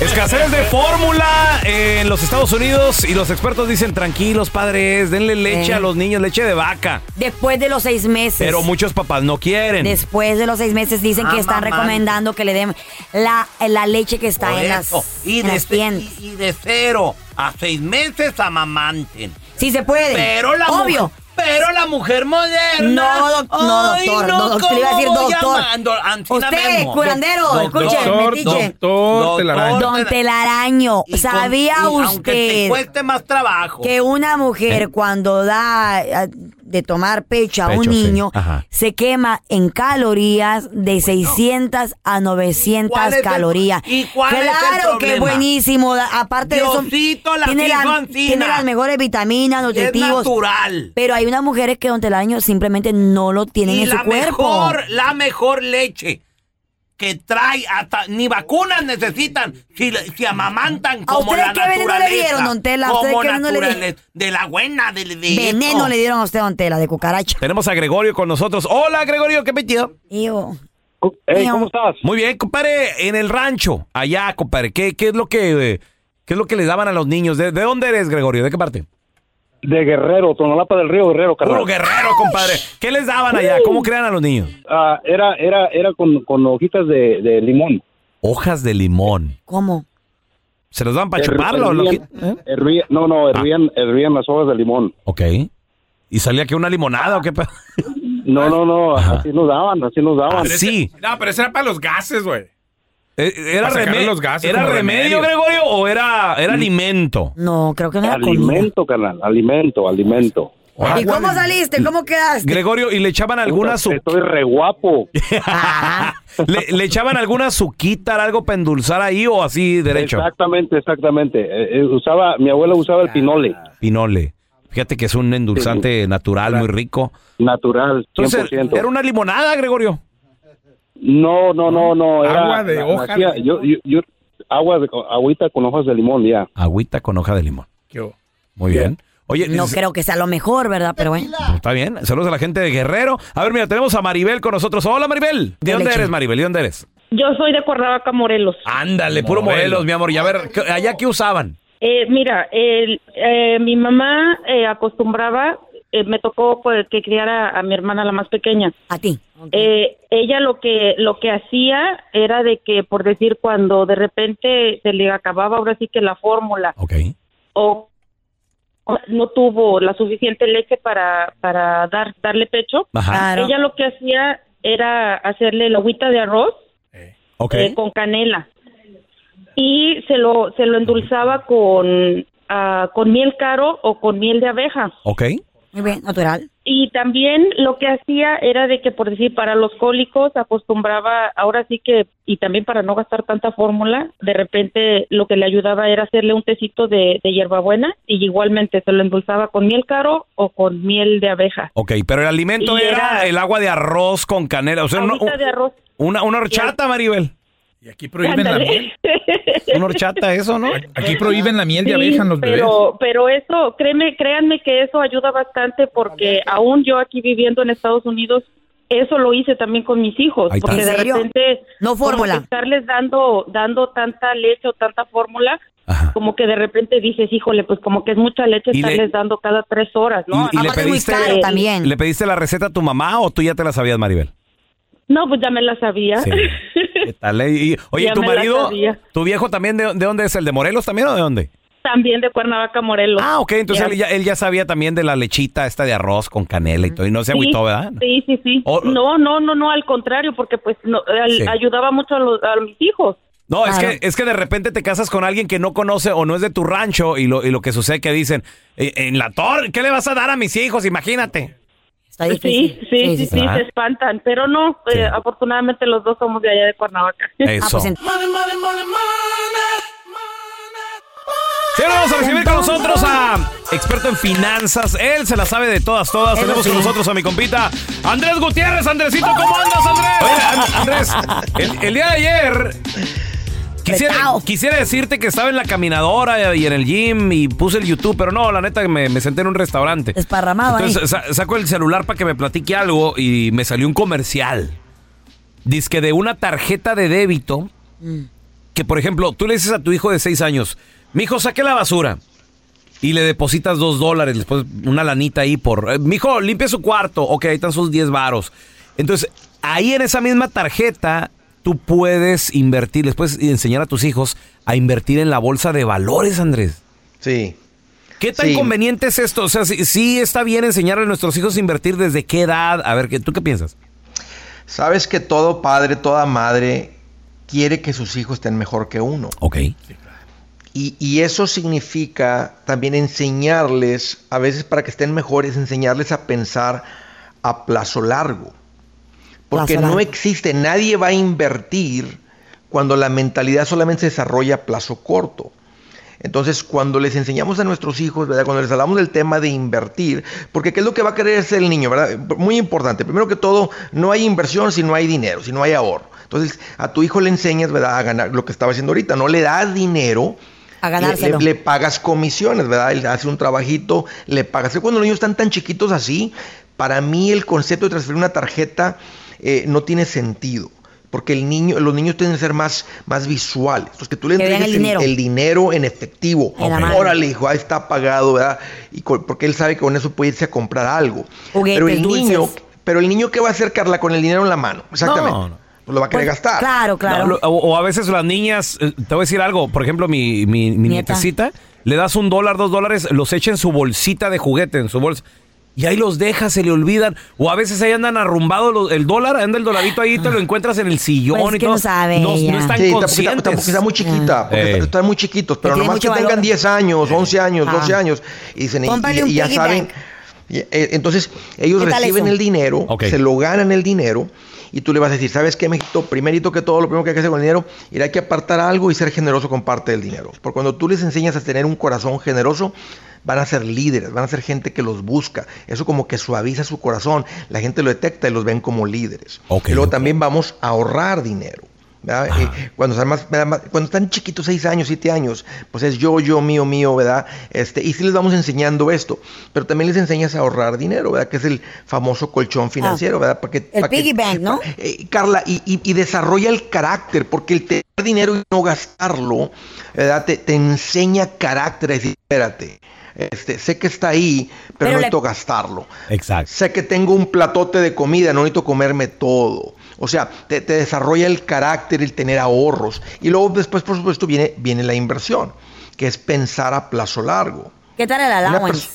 Escasez de fórmula en los Estados Unidos y los expertos dicen tranquilos padres, denle leche Eh. a los niños, leche de vaca. Después de los seis meses. Pero muchos papás no quieren. Después de los seis meses dicen Ah, que están mamá. recomendando que le den la, la leche que está en las, Correcto. y, en de, las este tiendas. y- y de cero a seis meses amamanten. Sí se puede. Pero la Obvio. mujer- pero la mujer moderna. No, doc- no, Ay, doctor, no, doctor, le iba a ¿cómo decir voy doctor. amando? Ancina Usted, Memo. curandero, Doc- escuche, doctor, metiche. doctor Telaraño. Don Telaraño, Y con- ¿sabía y Aunque te usted cueste más trabajo. que una mujer cuando da eh, de tomar pecho a un Pecho, sí. niño Ajá. se quema en calorías de 600 a 900 ¿Cuál es el- calorías. y cuál es el claro que problema? buenísimo. da- Aparte de Diosito eso, la tiene, hizo la- Ancina. tiene las mejores vitaminas, Y es nutritivos. natural. Pero hay unas mujeres que Don Telaraño simplemente no lo tienen Y en la su cuerpo. mejor, la mejor leche que trae hasta ni vacunas necesitan si, la- si amamantan ¿A como ustedes la qué veneno le naturaleza. dieron, don Tela? ¿A ustedes Como qué veneno le di- naturaleza, de la buena de, de Veneno esto. le dieron a usted, Don Tela, de cucaracha. Tenemos a Gregorio con nosotros. Hola Gregorio, ¿qué metido? Ivo. ¿Cómo estás? Muy bien, compadre, en el rancho, allá, compadre, ¿qué, qué es lo que eh, qué es lo que le daban a los niños? ¿De, de dónde eres, Gregorio? ¿De qué parte? De Guerrero, Tonalapa del Río Guerrero, carnal. Puro guerrero, compadre. ¿Qué les daban allá? ¿Cómo crean a los niños? Ah, era era era con, con hojitas de, de limón. Hojas de limón. ¿Cómo? ¿Se los dan para Her- chuparlo? hervían- hervía- no, no, hervían, hervían las hojas de limón. Ah. Ok. ¿Y salía que una limonada o qué pedo? No, no, no, así nos daban, así nos daban. Ah, Sí. No, pero eso era para los gases, güey. Eh, ¿Era, Para sacarle reme- los gases ¿era como remedio, remedio. Gregorio, o era, era alimento? No, creo que no era comida. Ah, Alimento, carnal, alimento, alimento. ¿Y cómo saliste? ¿Cómo quedaste? Gregorio, ¿y le echaban alguna su... Estoy re guapo. ¿Le, le echaban alguna azuquita, algo para endulzar ahí o así derecho? Exactamente, exactamente. Eh, eh, usaba, mi abuela usaba el pinole. Ah. Pinole. Fíjate que es un endulzante natural, muy rico. Natural, 100%. Entonces, ¿era una limonada, Gregorio? Ah, No, no, no, no. Era, Agua de hoja hacía- de yo, yo, yo- agua de, agüita con hojas de limón, ya. Agüita con hoja de limón. Muy bien. Oye, No es- creo que sea lo mejor, ¿verdad? Pero bueno. está bien. Saludos a la gente de Guerrero. A ver, mira, tenemos a Maribel con nosotros. Hola, Maribel. ¿De, De dónde leche. eres, Maribel? ¿De dónde eres? Yo soy de Cuernavaca, Morelos. Ándale, puro Morelos, mi amor. Y a ver, ¿qué- ¿allá qué usaban? Eh, mira, el- eh, mi mamá eh, acostumbraba, eh, me tocó pues, que criara a mi hermana la más pequeña. A ti. Eh, ella lo que lo que hacía era de que, por decir, cuando de repente se le acababa ahora sí que la fórmula. O o no tuvo la suficiente leche para, para dar, darle pecho. Ajá. Claro. Ella lo que hacía era hacerle la agüita de arroz Ok. eh, con canela y se lo se lo endulzaba con ah, con miel caro o con miel de abeja Ok. Muy bien, natural. y también lo que hacía era de que por decir para los cólicos acostumbraba ahora sí que y también para no gastar tanta fórmula de repente lo que le ayudaba era hacerle un tecito de, de hierbabuena y igualmente se lo endulzaba con miel caro o con miel de abeja Ok, pero el alimento Y era, el agua de arroz con canela. O sea, no- Agüita de arroz una, una horchata, Maribel. Y aquí prohíben la Ándale. miel. Una horchata, eso, ¿no? Aquí prohíben la miel de Sí, abeja en los bebés. pero, pero eso, créeme, créanme que eso ayuda bastante porque aún yo aquí viviendo en Estados Unidos, eso lo hice también con mis hijos, Ahí está. porque ¿En de serio? repente No como fórmula. que estarles dando, dando tanta leche o tanta fórmula, como que de repente dices, híjole, pues como que es mucha leche Y le- estarles dando cada tres horas, ¿no? Eh, ¿Y, y le, pediste, ¿Le pediste la receta a tu mamá o tú ya te la sabías, Maribel? No, pues ya me la sabía. Sí. ¿Qué tal? eh? Y- oye, Ya ¿tu me la marido, sabía. tu viejo también, de, de dónde es? ¿El de Morelos también o de dónde? También de Cuernavaca, Morelos. Ah, ok, entonces Ya. él, ya, él ya sabía también de la lechita esta de arroz con canela y todo, y no se agüitó, sí, ¿verdad? Sí, sí, sí. O- no, no, no, no, al contrario, porque pues no, al- Sí. ayudaba mucho a, los- a mis hijos. No, es que, es que de repente te casas con alguien que no conoce o no es de tu rancho y lo, y lo que sucede que dicen, "Eh, en la torre, ¿qué le vas a dar a mis hijos? Imagínate. Sí, sí, sí, sí, Ah. se espantan, pero no, eh, afortunadamente los dos somos de allá de Cuernavaca. Eso. Ah, pues en- Sí, ahora vamos a recibir con nosotros a experto en finanzas. Él se la sabe de todas, todas. Eso Tenemos sí. con nosotros a mi compita Andrés Gutiérrez. Andresito, ¿cómo andas, Andrés? Oye, An- Andrés, el, el día de ayer quisiera, quisiera decirte que estaba en la caminadora y en el gym y puse el YouTube, pero no, la neta me, me senté en un restaurante. Desparramado ahí. Entonces sa- saco el celular para que me platique algo y me salió un comercial. Dice que de una tarjeta de débito que, por ejemplo, tú le dices a tu hijo de seis años, mijo, saque la basura. Y le depositas dos dólares, después una lanita ahí por... "Eh, Mijo, limpia su cuarto. Ok, ahí están sus 10 varos. Entonces, ahí en esa misma tarjeta, tú puedes invertir, les puedes enseñar a tus hijos a invertir en la bolsa de valores, Andrés. Sí. ¿Qué tan Sí. conveniente es esto? O sea, sí, sí está bien enseñar a nuestros hijos a invertir desde qué edad. A ver, ¿qué- ¿tú qué piensas? Sabes que todo padre, toda madre quiere que sus hijos estén mejor que uno. Ok. Y, y eso significa también enseñarles, a veces para que estén mejores, enseñarles a pensar a plazo largo. Porque Plazo no largo. existe, nadie va a invertir cuando la mentalidad solamente se desarrolla a plazo corto. Entonces, cuando les enseñamos a nuestros hijos, ¿verdad? Cuando les hablamos del tema de invertir, porque qué es lo que va a querer hacer el niño, ¿verdad? Muy importante. Primero que todo, no hay inversión si no hay dinero, si no hay ahorro. Entonces, a tu hijo le enseñas, ¿verdad? A ganar lo que estaba haciendo ahorita. No le das dinero. A le- ganárselo. Le, le pagas comisiones, ¿verdad? Él hace un trabajito, le pagas. Cuando los niños están tan chiquitos así, para mí el concepto de transferir una tarjeta eh, no tiene sentido. Porque el niño, los niños tienen que ser más, más visuales. Entonces, que tú le Que vean entregues el el dinero. dinero, el dinero en efectivo. En la mano. Órale, hijo, ahí está pagado, ¿verdad? Y co- porque él sabe que con eso puede irse a comprar algo. Juguetes, pero el dulces. niño, pero el niño ¿qué va a hacer, Carla, con el dinero en la mano? Exactamente. No, no. Pues lo va a querer gastar. No, lo- o, o a veces las niñas, eh, te voy a decir algo, por ejemplo, mi, mi, mi Nieta. nietecita, le das un dólar, dos dólares, los echa en su bolsita de juguete, en su bolsa. Y ahí los deja, se le olvidan. O a veces ahí andan arrumbados los- el dólar, anda el dolarito ahí, te lo encuentras en el sillón Pues y que todo. no sabe no, no ella. están Sí, tampoco- conscientes. Ah. tampoco está muy chiquita, porque Ey. está- están muy chiquitos, pero tiene nomás que mucho valor. tengan 10 años, 11 años, Ah. 12 años, y, dicen, y- Cómprale y- un y ya piggy saben. bank. y- eh, entonces, ellos ¿Qué tal reciben eso? el dinero, Ok. se lo ganan el dinero, y tú le vas a decir, ¿sabes qué, Mejito? Primerito que todo, lo primero que hay que hacer con el dinero, ir hay que apartar algo y ser generoso con parte del dinero. Porque cuando tú les enseñas a tener un corazón generoso, van a ser líderes, van a ser gente que los busca. Eso como que suaviza su corazón, la gente lo detecta y los ven como líderes. y luego también vamos a ahorrar dinero. ¿verdad? Eh, cuando, están más- ¿verdad? Más- cuando están chiquitos, 6 años, 7 años, pues es yo, yo, mío, mío, ¿verdad? Este, y sí les vamos enseñando esto, pero también les enseñas a ahorrar dinero, ¿verdad? Que es el famoso colchón financiero, ¿verdad? Para que, Ah. El para que- piggy bank, ¿no? eh, Carla, y, y- y desarrolla el carácter, porque el tener dinero y no gastarlo, ¿verdad? Te, te enseña carácter, es decir, espérate, este, sé que está ahí, pero, Pero no le- necesito gastarlo. Exacto. Sé que tengo un platote de comida, no necesito comerme todo. O sea, te, te desarrolla el carácter, el tener ahorros. Y luego después, por supuesto, viene, viene la inversión, que es pensar a plazo largo. ¿Qué tal el Una allowance?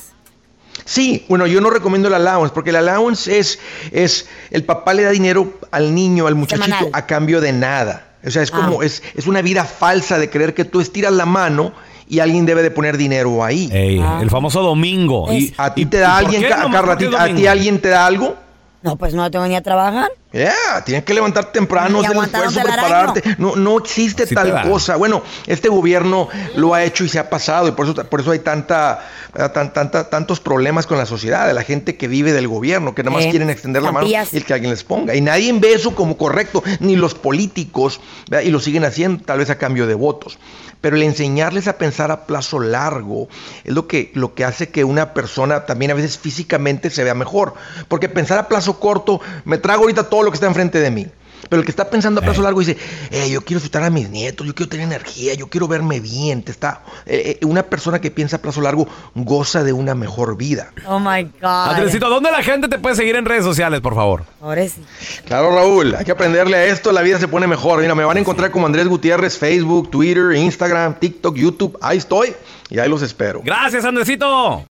Sí, bueno, yo no recomiendo el allowance, porque el allowance es, es el papá le da dinero al niño, al muchachito, Semanal. a cambio de nada. O sea, es como, es, es una vida falsa de creer que tú estiras la mano y alguien debe de poner dinero ahí. Ah. El famoso domingo. Y- ¿A ti y- te da ¿y por alguien, qué Ca- nomás Carla, a ti- porque es a ti domingo? alguien te da algo? No, pues no tengo ni a trabajar. Yeah, tienes que levantar temprano, Y hacer el aguantar esfuerzo, un telaraño. prepararte. No, no existe Así te va. tal cosa. Bueno, este gobierno lo ha hecho y se ha pasado, y por eso, por eso hay tanta, ¿verdad? tan, tanta, tantos problemas con la sociedad, de la gente que vive del gobierno, que nada más Eh, quieren extender la mano estampillas. y que alguien les ponga. Y nadie ve eso como correcto, ni los políticos, ¿verdad? y lo siguen haciendo, tal vez a cambio de votos. Pero el enseñarles a pensar a plazo largo es lo que, lo que hace que una persona también a veces físicamente se vea mejor. Porque pensar a plazo corto, me trago ahorita todo lo que está enfrente de mí. Pero el que está pensando a plazo largo dice, "Eh, yo quiero disfrutar a mis nietos, yo quiero tener energía, yo quiero verme bien. Te está, eh, eh, una persona que piensa a plazo largo goza de una mejor vida. Oh my God. Andresito, ¿dónde la gente te puede seguir en redes sociales, por favor? Ahora sí. Claro, Raúl, hay que aprenderle a esto, la vida se pone mejor. Mira, me van a encontrar como Andrés Gutiérrez, Facebook, Twitter, Instagram, TikTok, YouTube. Ahí estoy y ahí los espero. Gracias, Andresito.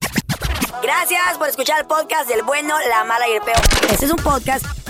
Gracias por escuchar el podcast del bueno, la mala y el peor. Este es un podcast